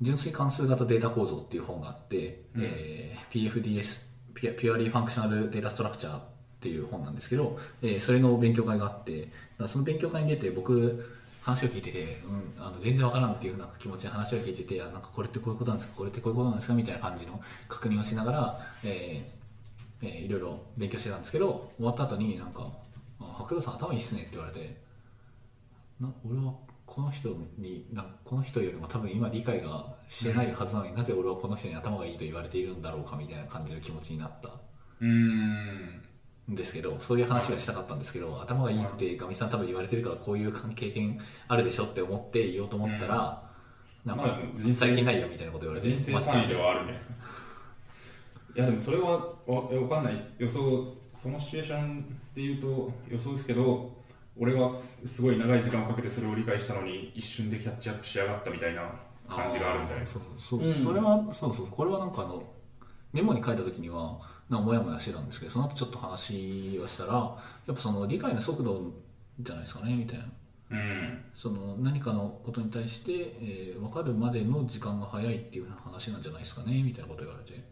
純粋関数型データ構造っていう本があって、うんえー PFDS ピュ Purely Functional Data Structure っていう本なんですけど、えーそれの勉強会があってだからその勉強会に出て僕話を聞いてて、うん、あの全然わからんっていうなんか気持ちで話を聞いててあなんかこれってこういうことなんですかこれってこういうことなんですかみたいな感じの確認をしながら、えーえーいろいろ勉強してたんですけど終わった後になんか「あ白道さん頭いいっすね」って言われてな俺はこの人になこの人よりも多分今理解がしてないはずなのに、なぜ俺はこの人に頭がいいと言われているんだろうかみたいな感じの気持ちになったうーんんですけどそういう話がしたかったんですけど、頭がいいってガミさん多分言われてるからこういう経験あるでしょって思って言おうと思ったら、なんまかあ人生最近ないよみたいなこと言われて人生単位ではあるんじゃないですかいやでもそれはわわかんないです予想そのシチュエーションで言うと予想ですけど俺はすごい長い時間をかけてそれを理解したのに一瞬でキャッチアップしやがったみたいな感じがあるんじゃないですかそうそう、うんそれはそうそうこれはなんかあのメモに書いた時にはなんかモヤモヤしてたんですけどその後ちょっと話をしたらやっぱその理解の速度じゃないですかねみたいなうんその何かのことに対して、えー分かるまでの時間が早いっていう話なんじゃないですかねみたいなこと言われて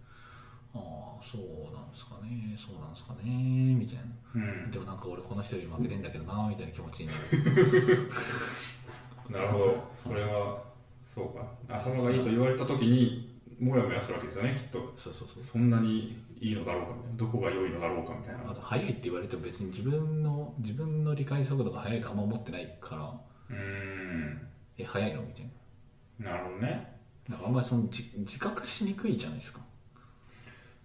ああそうなんですかねそうなんですかねみたいなうんでもなんか俺この人より負けてんだけどなみたいな気持ちになるなるほどそれはそうか頭がいいと言われた時にもやもやするわけですよねきっとそうそうそうそんなにいいのだろうかみたいなどこが良いのだろうかみたいなあと速いって言われても別に自分の自分の理解速度が速いとあんま思ってないからうーんえ速いのみたいなるほどねななんかあんまりその自自覚しにくいじゃないですか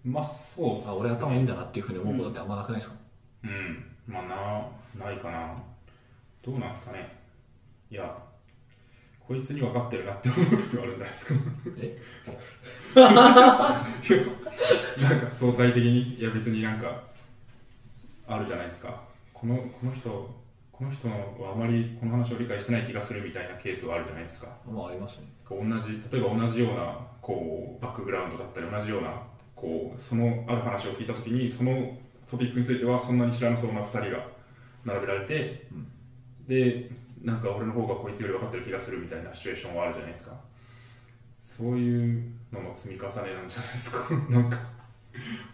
まあそうっすあ俺頭いいんだなっていうふうに思うことってあんまなくないですか、うんまあなないかなどうなんですかねいやこいつに分かってるなって思う時はあるんじゃないですか えいやなんか相対的にいや別になんかあるじゃないですかこのこの人この人はあまりこの話を理解してない気がするみたいなケースはあるじゃないですかまあありますねこう同じ例えば同じようなこうバックグラウンドだったり同じようなこうそのある話を聞いた時にそのトピックについてはそんなに知らなそうな2人が並べられて、うんでなんか俺の方がこいつより分かってる気がするみたいなシチュエーションはあるじゃないですかそういうのの積み重ねなんじゃないですか なんか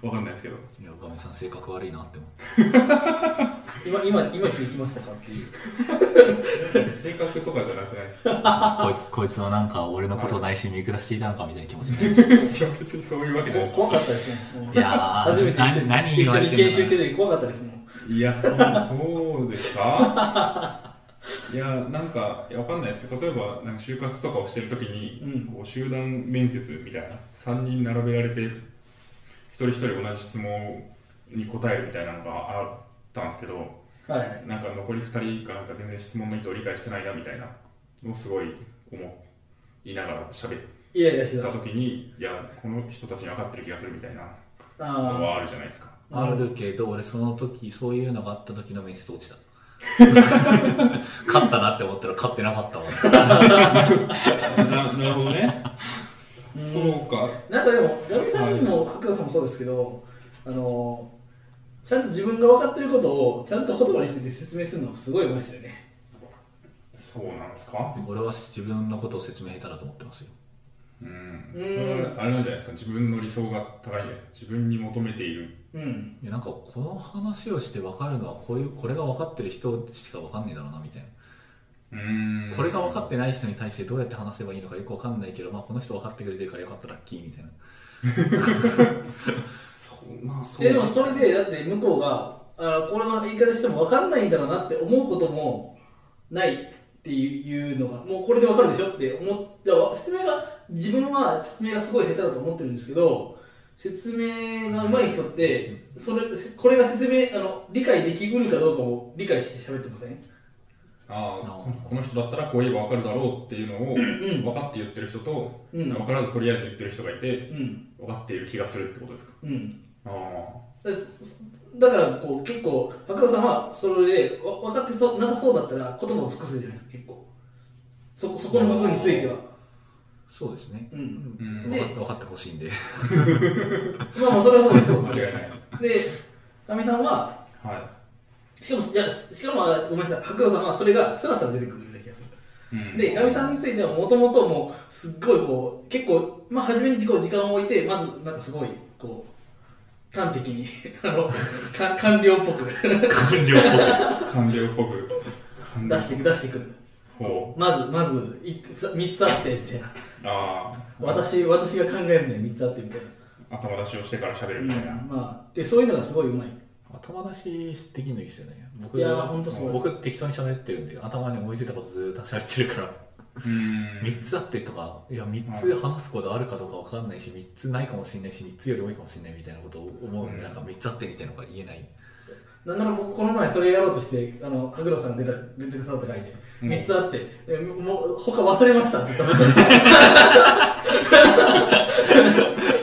分かんないですけどいや岡部さん性格悪いなって思って今、今、今聞きましたかっていう。性格とかじゃなくないですかい こいつこいつはなんか俺のことを内心見下していたのかみたいな気もする や別にそう いうわけじゃ ないこです怖かったですね。もういやー初めて一緒にな何一言わ緒れにてんの研修してて怖かったですもん。いや、そうそうですか いや、なんか、いやわかんないですけど、例えば、なんか就活とかをしてるときに、うんこう集団面接みたいな、3人並べられて、一人一人同じ質問に答えるみたいなのがあったんですけど、はい。なんか残り2人がなんか全然質問の意図を理解してないなみたいなのをすごい思いながら喋っイライラしてたた。ときに、いや、この人たちに分かってる気がするみたいなのあはあるじゃないですか。ああるけど俺その時そういうのがあった時の面接 落ちた勝ったなって思ったら勝ってなかったわななるほどね。そうか。あ。なんかでも、ガミさんも白田さんもそうですけど、あのー、ちゃんと自分が分かってることをちゃんと言葉にして説明するのすごい上手いですよね。そうなんですか俺は自分のことを説明下手だと思ってますようん、それはあれなんじゃないですか自分の理想が高いんじゃないですか自分に求めているうん。いやなんかこの話をして分かるのはこういうこれが分かってる人しか分かんないだろうなみたいな、うんこれが分かっってない人に対してどうやって話せばいいのかよく分かんないけど、まあ、この人分かってくれてるからよかったラッキーみたいなそうまあそいやでもそれで、だって向こうが、あーこれの言い方しても分かんないんだろうなって思うこともないっていうのが、もうこれで分かるでしょって思って、だから説明が、自分は説明がすごい下手だと思ってるんですけど、説明が上手い人って、それ、これが説明、あの、理解できうるかどうかも理解して喋ってませんああここの人だったらこう言えば分かるだろうっていうのをん分かって言ってる人と、うん分からずとりあえず言ってる人がいてうん。分かっている気がするってことですかうん。ああだだからこう結構白田さんはそれでわ分かってそうなさそうだったら言葉を尽くすじゃないですか結構そこそこの部分についてはそうですね、うんうん分かで分かってほしいんでまあまあそれはそうですよ間違いないはいでかみさんはしかもいやしかもあごめんなさい白田さんはそれがスラスラ出てくるような気がするうんで、ガミさんについてはもともともうすっごいこう、結構、まあ初めにこう時間を置いて、まずなんかすごい、こう、端的に、 あの、か官僚っぽく 官僚っ官僚っぽく官僚出していく、出していく。ほまず、まず、いくさ三つあって、みたいな。うああ私、私が考えるのは三つあって、みたい頭出しをしてから喋るみたいな。な、まあ、で、そういうのがすごいうまい。頭出しできるのいいですよね僕いやーほんとそう僕適当に喋ってるんで頭に思いついたことずーっと喋ってるからうん3つあってとかいや3つ話すことあるかどうか分かんないし3つないかもしれないし3つより多いかもしれないみたいなことを思うんうんでなんか3つあってみたいなのが言えないなんなら僕、この前それやろうとして、あの、白田さんが出た、出てくださった回で、うん三つあって、えもう、他忘れましたって言ったの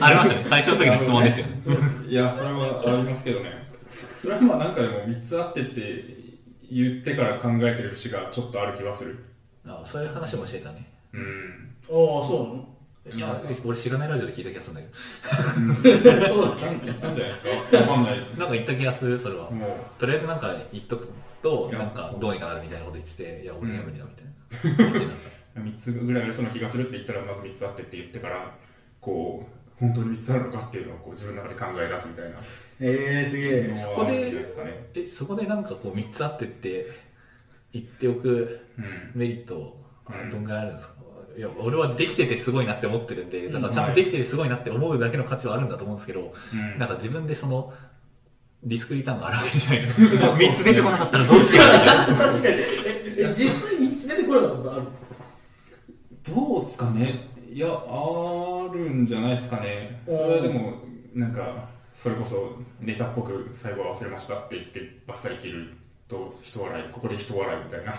ありましたね最初の時の質問ですよねいや、それはありますけどね。それはまあなんかでも3つあってって言ってから考えてる節がちょっとある気はする。あそういう話もしてたねうん。おー、そうなのいや俺知らないラジオで聞いた気がするんだ けそうだっ言ったんじゃないですかわかんない。どなんか言った気がするそれはもう、とりあえずなんか言っとくといやなんかそうどうにかなるみたいなこと言ってていや俺には無理だみたい な感じになっ3つぐらいありそうな気がするって言ったら、まず3つあってって言ってから、こう、本当に3つあるのかっていうのをこう自分の中で考え出すみたいなえー、すげえ。のそこはあでるんじゃないですかね。たえそこでなんかこう3つあってって言っておくうん。メリットあうんどんぐらいあるんですか、いや俺はできててすごいなって思ってるんでだからちゃんとできててすごいなって思うだけの価値はあるんだと思うんですけど、うんなんか自分でそのリスクリターンがあるわけじゃないです か3つ出てこなかったらどうしよ確うかにええ実際3つ出てこなかったことあるどうっすかねいやあるんじゃないですかねそれはでもなんかそれこそネタっぽく最後は忘れましたって言ってバッサリ切ると人笑いここで人笑いみたいな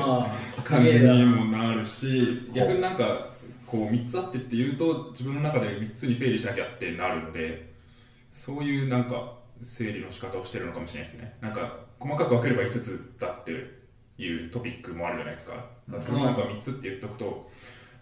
ああす感げじえになもなるし逆になんかこう3つあってっていうと自分の中で3つに整理しなきゃってなるのでそういうなんか整理の仕方をしてるのかもしれないですねなんか細かく分ければ5つだっていうトピックもあるじゃないですかだからそれをなんか3つって言っとくと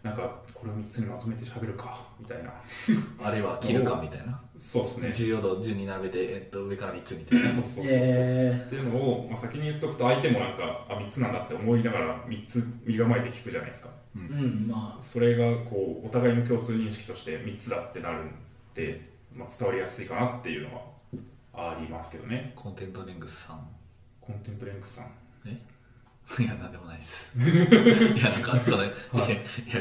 なんかこれを3つにまとめて喋るかみたいな あるいは切るかみたいなそうですね重要度を順に並べて、えっと、上から3つみたいなそうそうそうそう、えーっていうのを、まあ、先に言っとくと相手もなんかあ3つなんだって思いながら3つ身構えて聞くじゃないですかうんまそれがこうお互いの共通認識として3つだってなるんで、まあ、伝わりやすいかなっていうのはありますけどねコンテントレングスさんコンテントレンクスさんえいや、なんでもな いです。いや、なんか、その、いや、いや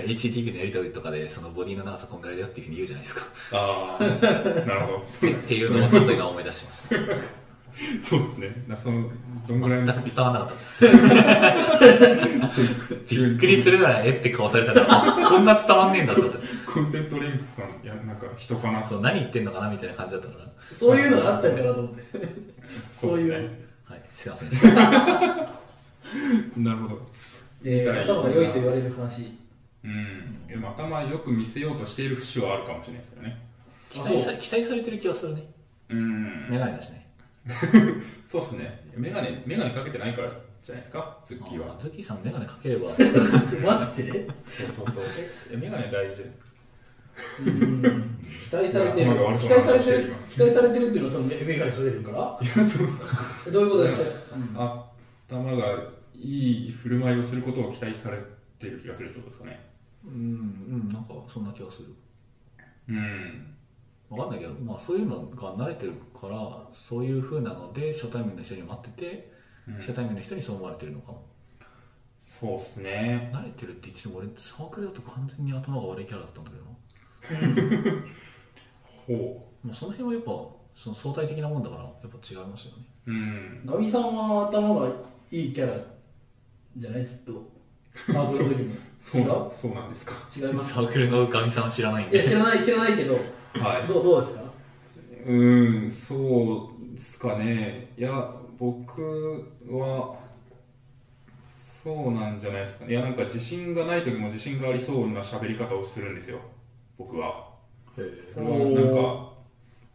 HTTP のやりとりとかで、そのボディの長さこんぐらいだよっていうふうに言うじゃないですか。っああ なるほどそうてっていうのをちょっと今思い出しました。そうですねだからそのどんぐらい全のく伝わらなかったです。びっくりするぐらい、えって顔され たから、こんな伝わんねえんだと思って。コンテントレンクスさんいやなんか人かなそう、何言ってんのかなみたいな感じだったから。あそういうのがあったんかなと思ってそうでいすうねはい、すいませんでした。なるほどえみたーい頭が良いと言われる話うんいや頭よく見せようとしている節はあるかもしれないですけどね期待さ期待されてる気はするね。うんメガネだしね。そうですねメガネメガネかけてないからじゃないですかツッキーはあズッキーさんメガネかけれ ば、マジでそうそうそうえメガネ大事でうん期待されてる頭が悪期そう待さなれ話しててるる期待されてるっていうのはそのメメガネかけてる からえどういうことだよ頭がいい振る舞いをすることを期待されてる気がするってことですかねうん、うん、なんかそんな気はする。うんわかんないけど、まあ、そういうのが慣れてるからそういう風なので初対面の人に待ってて、初対面の人にそう思われてるのかもそうっすね慣れてるって言っても俺サークルだと完全に頭が悪いキャラだったんだけどな、ほまあ、その辺はやっぱその相対的なもんだからやっぱ違います よねううんガミさんは頭がいいキャラじゃないずっとサーブの時もそうなそうなんですか違う違いますサークルのガミさんは知らないんいで や知らない知らないけどはいどうどうですかうんそうですかねいや僕はそうなんじゃないですかねいやなんか自信がない時も自信がありそうな喋り方をするんですよ僕はそれはなんか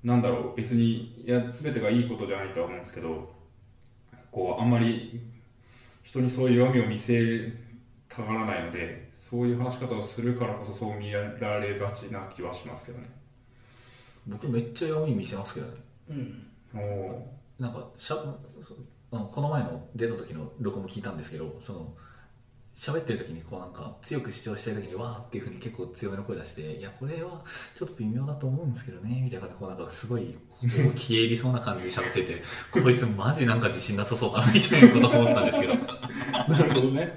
なんだろう別にいや全てがいいことじゃないとは思うんですけどこうあんまり人にそういう弱みを見せたがらないのでそういう話し方をするからこそそう見られがちな気はしますけどね僕めっちゃ弱み見せますけどねうんおおなんかしゃあのこの前の出た時の録音も聞いたんですけどその喋ってる時にこうなんか強く主張したい時にわーっていうふうに結構強めの声出して「いやこれはちょっと微妙だと思うんですけどね」みたいな感じでこうなんかすごいこう消え入りそうな感じで喋ってて 「こいつマジなんか自信なさそうだな」みたいなこと思ったんです けどなるほどね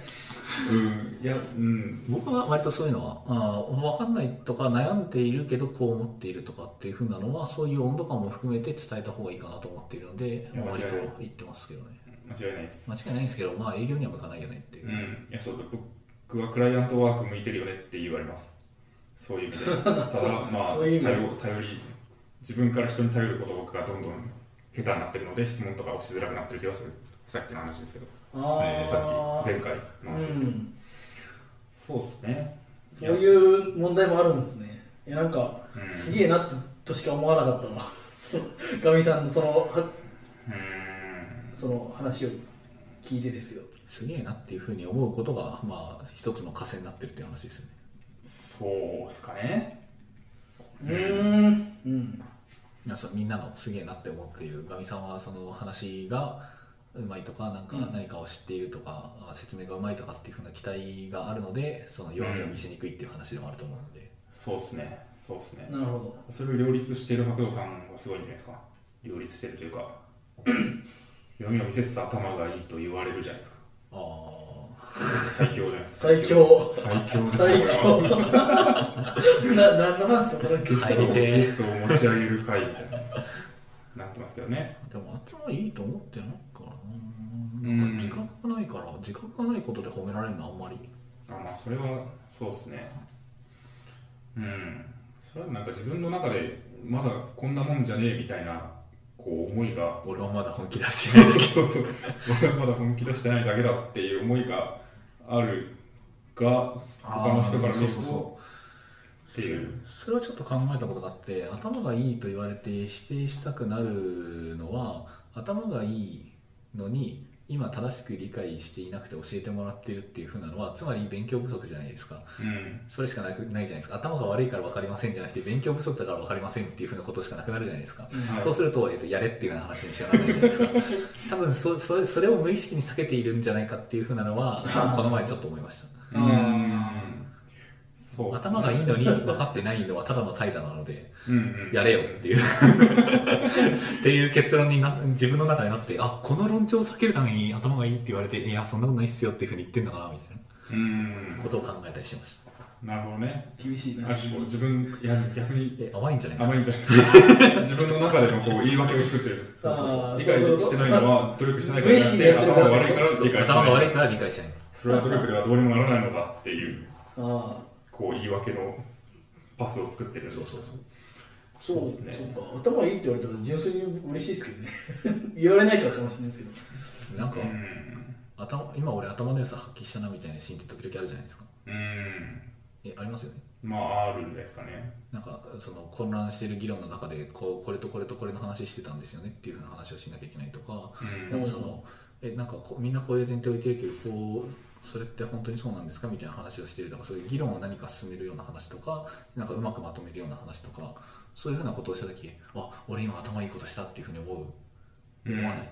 うんいやうん僕は割とそういうのはあー分かんないとか悩んでいるけどこう思っているとかっていうふうなのはそういう温度感も含めて伝えた方がいいかなと思っているのでいや間違い割ないと言ってますけどね。間違いないです間違いないんですけど、まあ営業には向かないよねっていうう。んいやそうだ僕はクライアントワーク向いてるよねって言われますそういう 意味でただまあそういう意味で頼頼り自分から人に頼ることがどんどん下手になってるので質問とかをしづらくなってる気がするさっきの話ですけど、あえーさあっき前回の話ですけうど、んそうですねそういう問題もあるんですねいやなんかうんすげえなってとしか思わなかったわ そのガミさんのそのはうーんその話を聞いてですけどすげえなっていうふうに思うことが、まあ一つの枷になってるっていう話ですよね。そうですかねうーんうんいやそうみんなのすげえなって思っているガミさんはその話がうまいとか、なんか何かを知っているとか、あ説明がうまいとかっていうふうな期待があるので、その弱みを見せにくいっていう話でもあると思うので。そうですねそうですねなるほどそれを両立している白道さんはすごいんじゃないですか 両立してるというか読みを見せつつ頭がいいと言われるじゃないですかああ最強だよ最強最強です最ね強これはな何の話だこれゲストを入りてえゲストを持ち上げる会みたいななってますけどねでも頭はいいと思ってないからなうんなんか自覚がないから自覚がないことで褒められるのあんまりあまあそれはそうですねうんそれはなんか自分の中でまだこんなもんじゃねえみたいなこう思いが俺はまだ本気出しそてうないそうそう俺はまだ本気出してないだけだっていう思いがあるが他の人から見るそうそとうそうっていうそれはちょっと考えたことがあって頭がいいと言われて否定したくなるのは頭がいいのに今正しく理解していなくて教えてもらってるっていうふうなのはつまり勉強不足じゃないですかうんそれしかなくないじゃないですか頭が悪いから分かりませんじゃなくて勉強不足だから分かりませんっていうふうなことしかなくなるじゃないですか、はいそうすると,、えっとやれっていうような話にしかならないじゃないですか 多分そそれそれを無意識に避けているんじゃないかっていうふうな のはこの前ちょっと思いましたうんそうっすね頭がいいのに分かってないのはただの怠惰なのでうんうんやれよっていう っていう結論にな自分の中でなってあこの論調を避けるために頭がいいって言われていやそんなことないっすよっていうふうに言ってんのかなみたいうんなことを考えたりしましたなるほどね厳しいなあこう自分いや逆にえ甘いんじゃないです甘かいんじゃないですか自 分の中でのこう言い訳を作ってるあー理解してないのは努力してないか無意ら識ででやって頭るからが悪いから理解して頭がな悪いいから理解しないそれは努力ではどうにもならないのだっていうああこう言い訳のパスを作ってるそうそうそうそうそうですねそっか頭いいって言われたら純粋に僕嬉しいですけどね 言われないからかもしれないですけどなんか、うん頭今俺頭の良さ発揮したなみたいなシーンって時々あるじゃないですかうんえありますよねまああるんじゃないですかねなんかその混乱してる議論の中でこうこれとこれとこれの話してたんですよねっていうふうな話をしなきゃいけないとかうんなんかそのえなんかこうみんなこういう前提を置いてるけどこうそれって本当にそうなんですかみたいな話をしてるとかそういう議論を何か進めるような話とかなんかうまくまとめるような話とかそういうふうなことをした時あ俺今頭いいことしたっていうふうに思う思わない、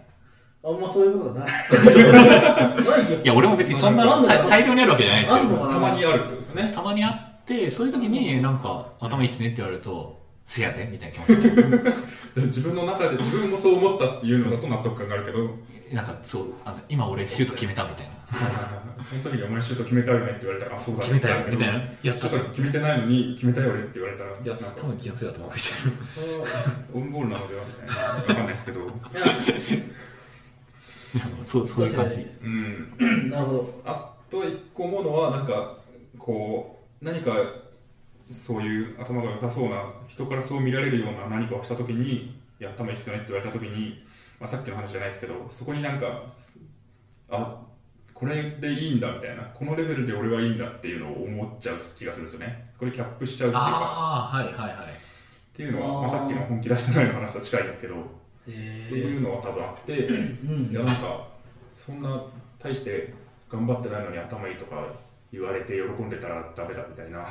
あんまそういうことは ないない気がするいや俺も別にそんななんだ大大量にあるわけじゃないですあよんのかなたまにあるってことですねたまにあってそういう時になんか頭いいっすねって言われるとせやでみたいな気持ちになる 自分の中で自分もそう思ったっていうのだと納得感があるけどなんかそうあの今俺シュート決めたみたいなその時にお前シュート決めたよねって言われたら、あ、そうだね決めたよってみたいなるけやどシったュート決めてないのに決めたよねって言われたら、なんいかや多分気のせいだと思うみたいなオウンボールなのではみたいな、わかんないです けど、う そうそういう感じん。うんなるほどあと一個思うのは、なんか、こう、何か、そういう頭が良さそうな、人からそう見られるような何かをしたときに、いや、頭いいっすよねって言われたときに、まあ、さっきの話じゃないですけど、そこになんか、あ、これでいいんだみたいな、このレベルで俺はいいんだっていうのを思っちゃう気がするんですよね。これキャップしちゃうっていうか。ああはいはいはいっていうのは、あーまあ、さっきの本気出してないの話と近いんですけど、っていえうのは多分あって、いーうんやなんかそんな大して頑張ってないのに頭いいとか言われて喜んでたらダメだみたいな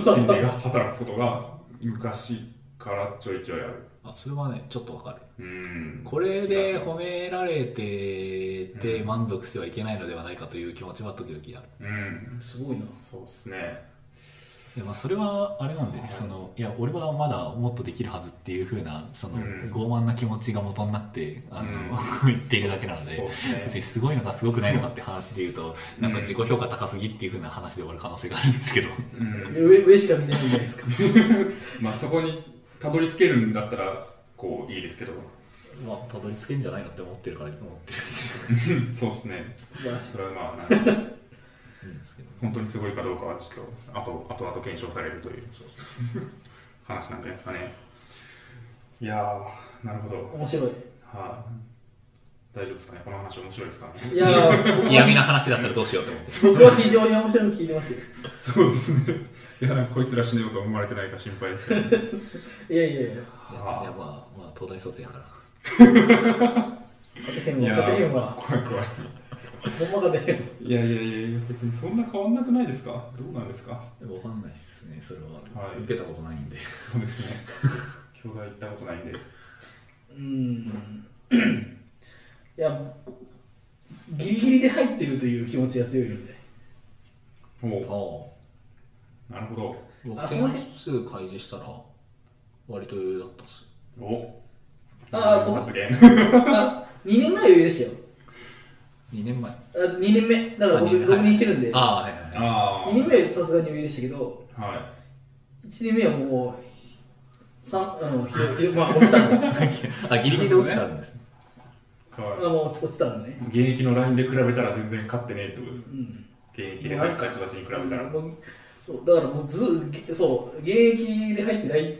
心理が働くことが昔からちょいちょいある。あそれはねちょっとわかるうんこれで褒められてて満足してはいけないのではないかという気持ちは時々あるうん、すごいなそうですね。でまあ、それはあれなんでそのいや俺はまだもっとできるはずっていうふうなその、うん傲慢な気持ちが元になってあの、 言っているだけなのそうでですね別にすごいのかすごくないのかって話で言うとなんか自己評価高すぎっていうふうな話で終わる可能性があるんですけどういんや上上しか見てないじゃないですかまあ、そこにたどり着けるんだったらこういいですけどまあたどり着けんじゃないのって思ってるから思ってそうですね素晴らしいそれはまあなんかるんです けど本当にすごいかどうかはちょっと後後々検証されるという 話なんじゃないですかねいやーなるほどはい、面白い大丈夫ですかねこの話面白いですかねいやー嫌味な話だったらどうしようと思って僕は非常に面白いの聞いてますよ そうですねいやなんかこいつら死ねようと思われてないか心配ですけど、いやいやいやいやはいやまあまあ東大卒やから勝てへんわ勝いやてへんーわ 怖い怖いほんま勝てへんわいやいやいやいや別にそんな変わんなくないですかどうなんですかでもわかんないっすねそれは、はい受けたことないんでそうですね 兄弟行ったことないんでうーんいやギリギリで入ってるという気持ちが強いのでおあおあなるほどあ僕その点辺数開示したら割と余裕だったっすおあー僕発言 あ2年前余裕でしたよ2年前。あ2年目だからあ僕二年はい6人来てるんで2ああ、はいはいはい。ああ年目はさすがに上でしたけどは1年目はもう三あのひろひろまあ落ちたんだあ、ギリギリで落ちたんですね。いかわいあもう落ちたんだねい現役のラインで比べたら全然勝ってねえってことですかうん現役で入った人たちに比べたらもうそうだからもうずげそう現役で入ってない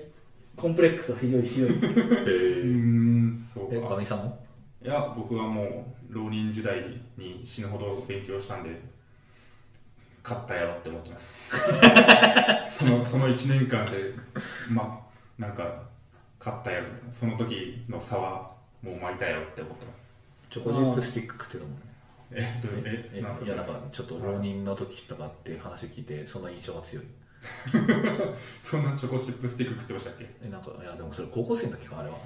コンプレックスは非常にひどいうーんそうえ、かかみさんもいや僕はもう浪人時代に死ぬほど勉強したんで勝ったやろって思ってます そのその1年間でまあなんか勝ったやろその時の差はもう巻いたやろって思ってますチョコチップスティック食ってたもんね。えっとええなんすいかやそなれんかちょっと浪人の時とかっていう話聞いてその印象が強いそんなチョコチップスティック食ってましたっけ えなんかいやでもそれ高校生の時かあれは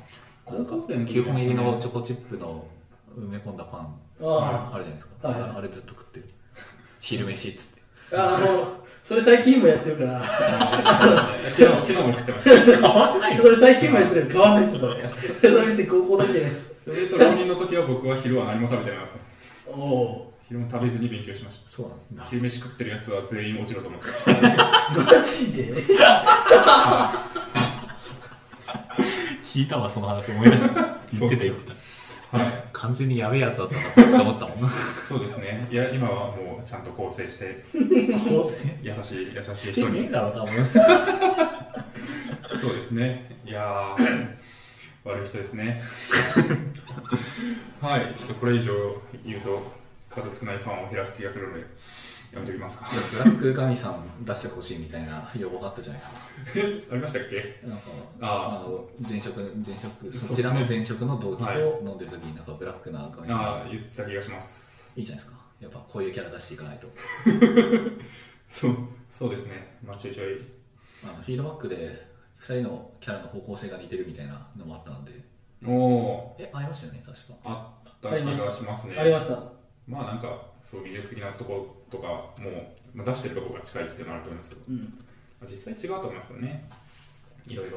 高校生なの時でんすねか基本入りのチョコチップの埋め込んだパンああるじゃないですか、はいあれあれずっと食ってる昼飯っつってああのそれ最近もやってるから昨日昨日も食ってました変わんないそれ最近もやってるから変わんないですよそ れそれの店高校だけじゃないです それと浪人の時は僕は昼は何も食べてなかったおお昼も食べずに勉強しましたそうなんだ昼飯食ってるやつは全員落ちろと思ってましたーマジで聞いたわその話思い出した言ってた言ってたはい完全にやべえやつだったなって伝わったもんそうですね。いや、今はもうちゃんと構成して、高校生優しい、優しいし人てねにえ。だろ多そ分うですね。いやー、 悪い人です ね。はい、ちょっとこれ以上言うと、数少ないファンを減らす気がするので、やめときますか。ブラック神さん出してほしいみたいな要望があったじゃないですかありましたっけなんかああの前職前職そうそちらの前職の同期はいと飲んでる時になんかブラックな神さんあがあ、言ってた気がします。いいじゃないですかやっぱこういうキャラ出していかないとそう、そうですね。まあ、ちょいちょい。あのフィードバックで2人のキャラの方向性が似てるみたいなのもあったのでおー、えありましたよね確かあった気がしますね。ありましたまあなんか、そう、技術的なとことか、もう、まあ出してるとこが近いっていうのはあると思いますけど。うん実際違うと思いますけどねいろいろ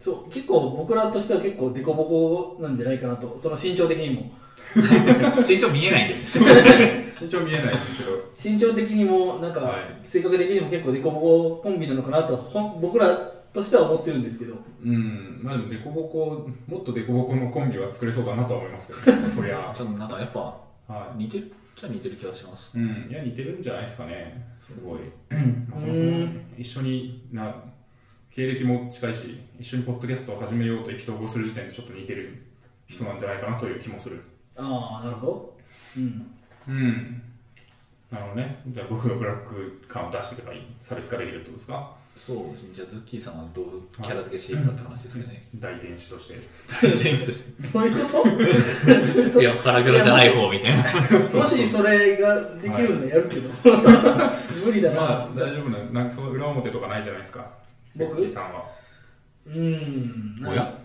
そう結構僕らとしては結構デコボコなんじゃないかなとその身長的にも身長見えないんで 身長見えないですけど身長的にもなんか、はい性格的にも結構デコボココンビなのかなとほん僕らとしては思ってるんですけどうんまあでもデコボコもっとデコボコのコンビは作れそうだなとは思いますけどねそりゃちょっとなんかやっぱは似てるっちゃ似てる気がしますいうんいや似てるんじゃないですかねすごいまあそもそうもん一緒にな経歴も近いし一緒にポッドキャストを始めようと意気投合する時点でちょっと似てる人なんじゃないかなという気もするああなるほどうんうんなるほどねじゃあ僕がブラック感を出していけばいい差別化できるってことですかそうですねじゃあズッキーさんはどうキャラ付けしていくかって話ですよね大天使として大転出ですどういうことどういうこといや腹黒じゃない方みたいなもしそれができるのやるけど、 無理だな、まあ大丈夫ななんかその裏表とかないじゃないですかセ僕ッキーさんはうーんなおや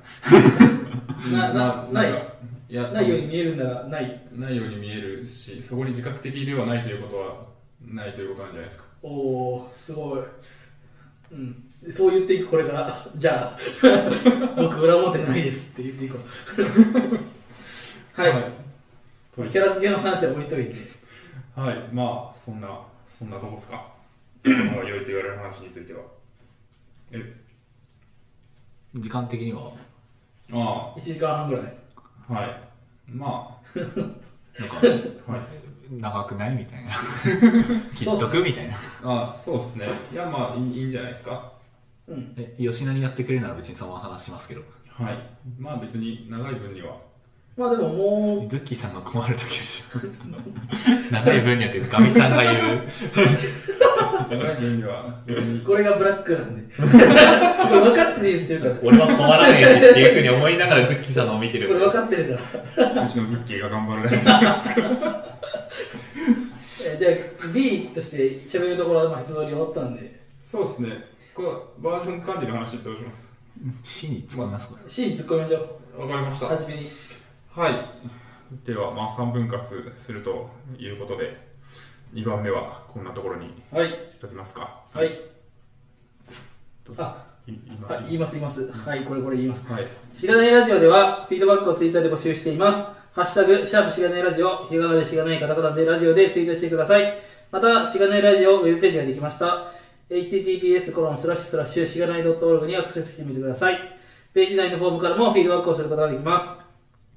ななまあないんかいやないように見えるならないないように見えるしそこに自覚的ではないということはないということなんじゃないですかおおすごい、うん、そう言っていくこれから じゃあ僕裏表ないですって言っていこうはい、といキャラ付けの話は置いといてはいまあそんなそんなとこですかの方が良いと言われる話についてはえ時間的にはあ1時間半ぐらいあはいまなんかあはい長くないみたいな 切そうっっすとくみたいなああそうですねいやまあいいいいんじゃないですかうんえ吉成やってくれるなら別にそのまま話しますけどはいまあ別に長い分にはまあでももズッキーさんが困るだけでしょ長い分にはっていうかみさんが言う長い分には別うにこれがブラックなん でこれ分かってて言ってるからこ俺は困らねえしっていうふうに思いながらズッキーさんのを見てれる分かってるからうちのズッキーが頑張るらしいえーじゃあ B として喋るところはまあ一通り終わったんでそうですね。こうバージョン管理の話どうします死に突っ込みますか C に突っ込みましょうわかりました。初めにはい。では、まあ、3分割するということで、2番目はこんなところにはいしときますか。はいどうぞあい今はい言います言いますはいこれこれ言いますはい。しがないラジオではフィードバックをツイッターで募集しています。ハッシュタグ、シャープしがないラジオ、ひがなでしがないカタカナでラジオでツイートしてください。また、しがないラジオウェブページができました。https コロンスラッシュスラッシュしがない .org にアクセスしてみてください。ページ内のフォームからもフィードバックをすることができます。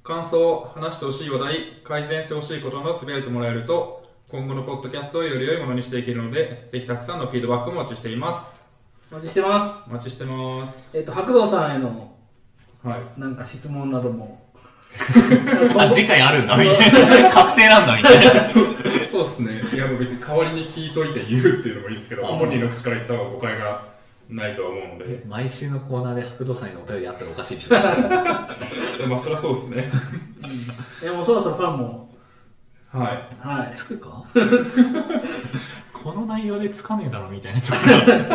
感想、話してほしい話題、改善してほしいことなどつぶやいてもらえると、今後のポッドキャストをより良いものにしていけるので、ぜひたくさんのフィードバックもお待ちしています。お待ちしてます。お待ちしてます。えっと、白道さんへのはい。 なんか質問なども。あ、次回あるんだ、みたいな。確定なんだ、みたいな。そうですね。いや、もう別に代わりに聞いといて言うっていうのもいいですけど、あ本人の口から言った方が誤解がないとは思うので、毎週のコーナーで白土さんへのお便りあったらおかしいでしょ。でまあ、そりゃそうですね。え、もうそろそろファンも。ははい。つくかこの内容でつかねえだろ、みたいなところ。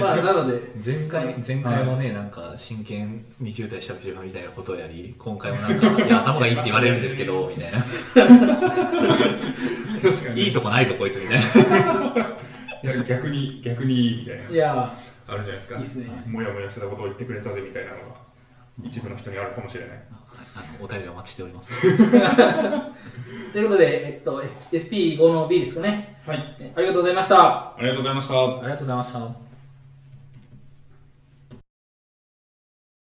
まあ、なので、 前回、前回もね、なんか、真剣20代しゃべるみたいなことをやり、今回もなんか、いや、頭がいいって言われるんですけど、みたいな。い。確かに。いいとこないぞ、こいつ、みたいな。いや、逆に、逆にいいみたいな。いやあるじゃないですか。いいっすねもやもやしたことを言ってくれたぜみたいなのが、一部の人にあるかもしれない。あのお便りお待ちしております。ーということで、えっと、SP5 の B ですかね。はい。えありがとうございました。ありがとうございました。ありがとうございました。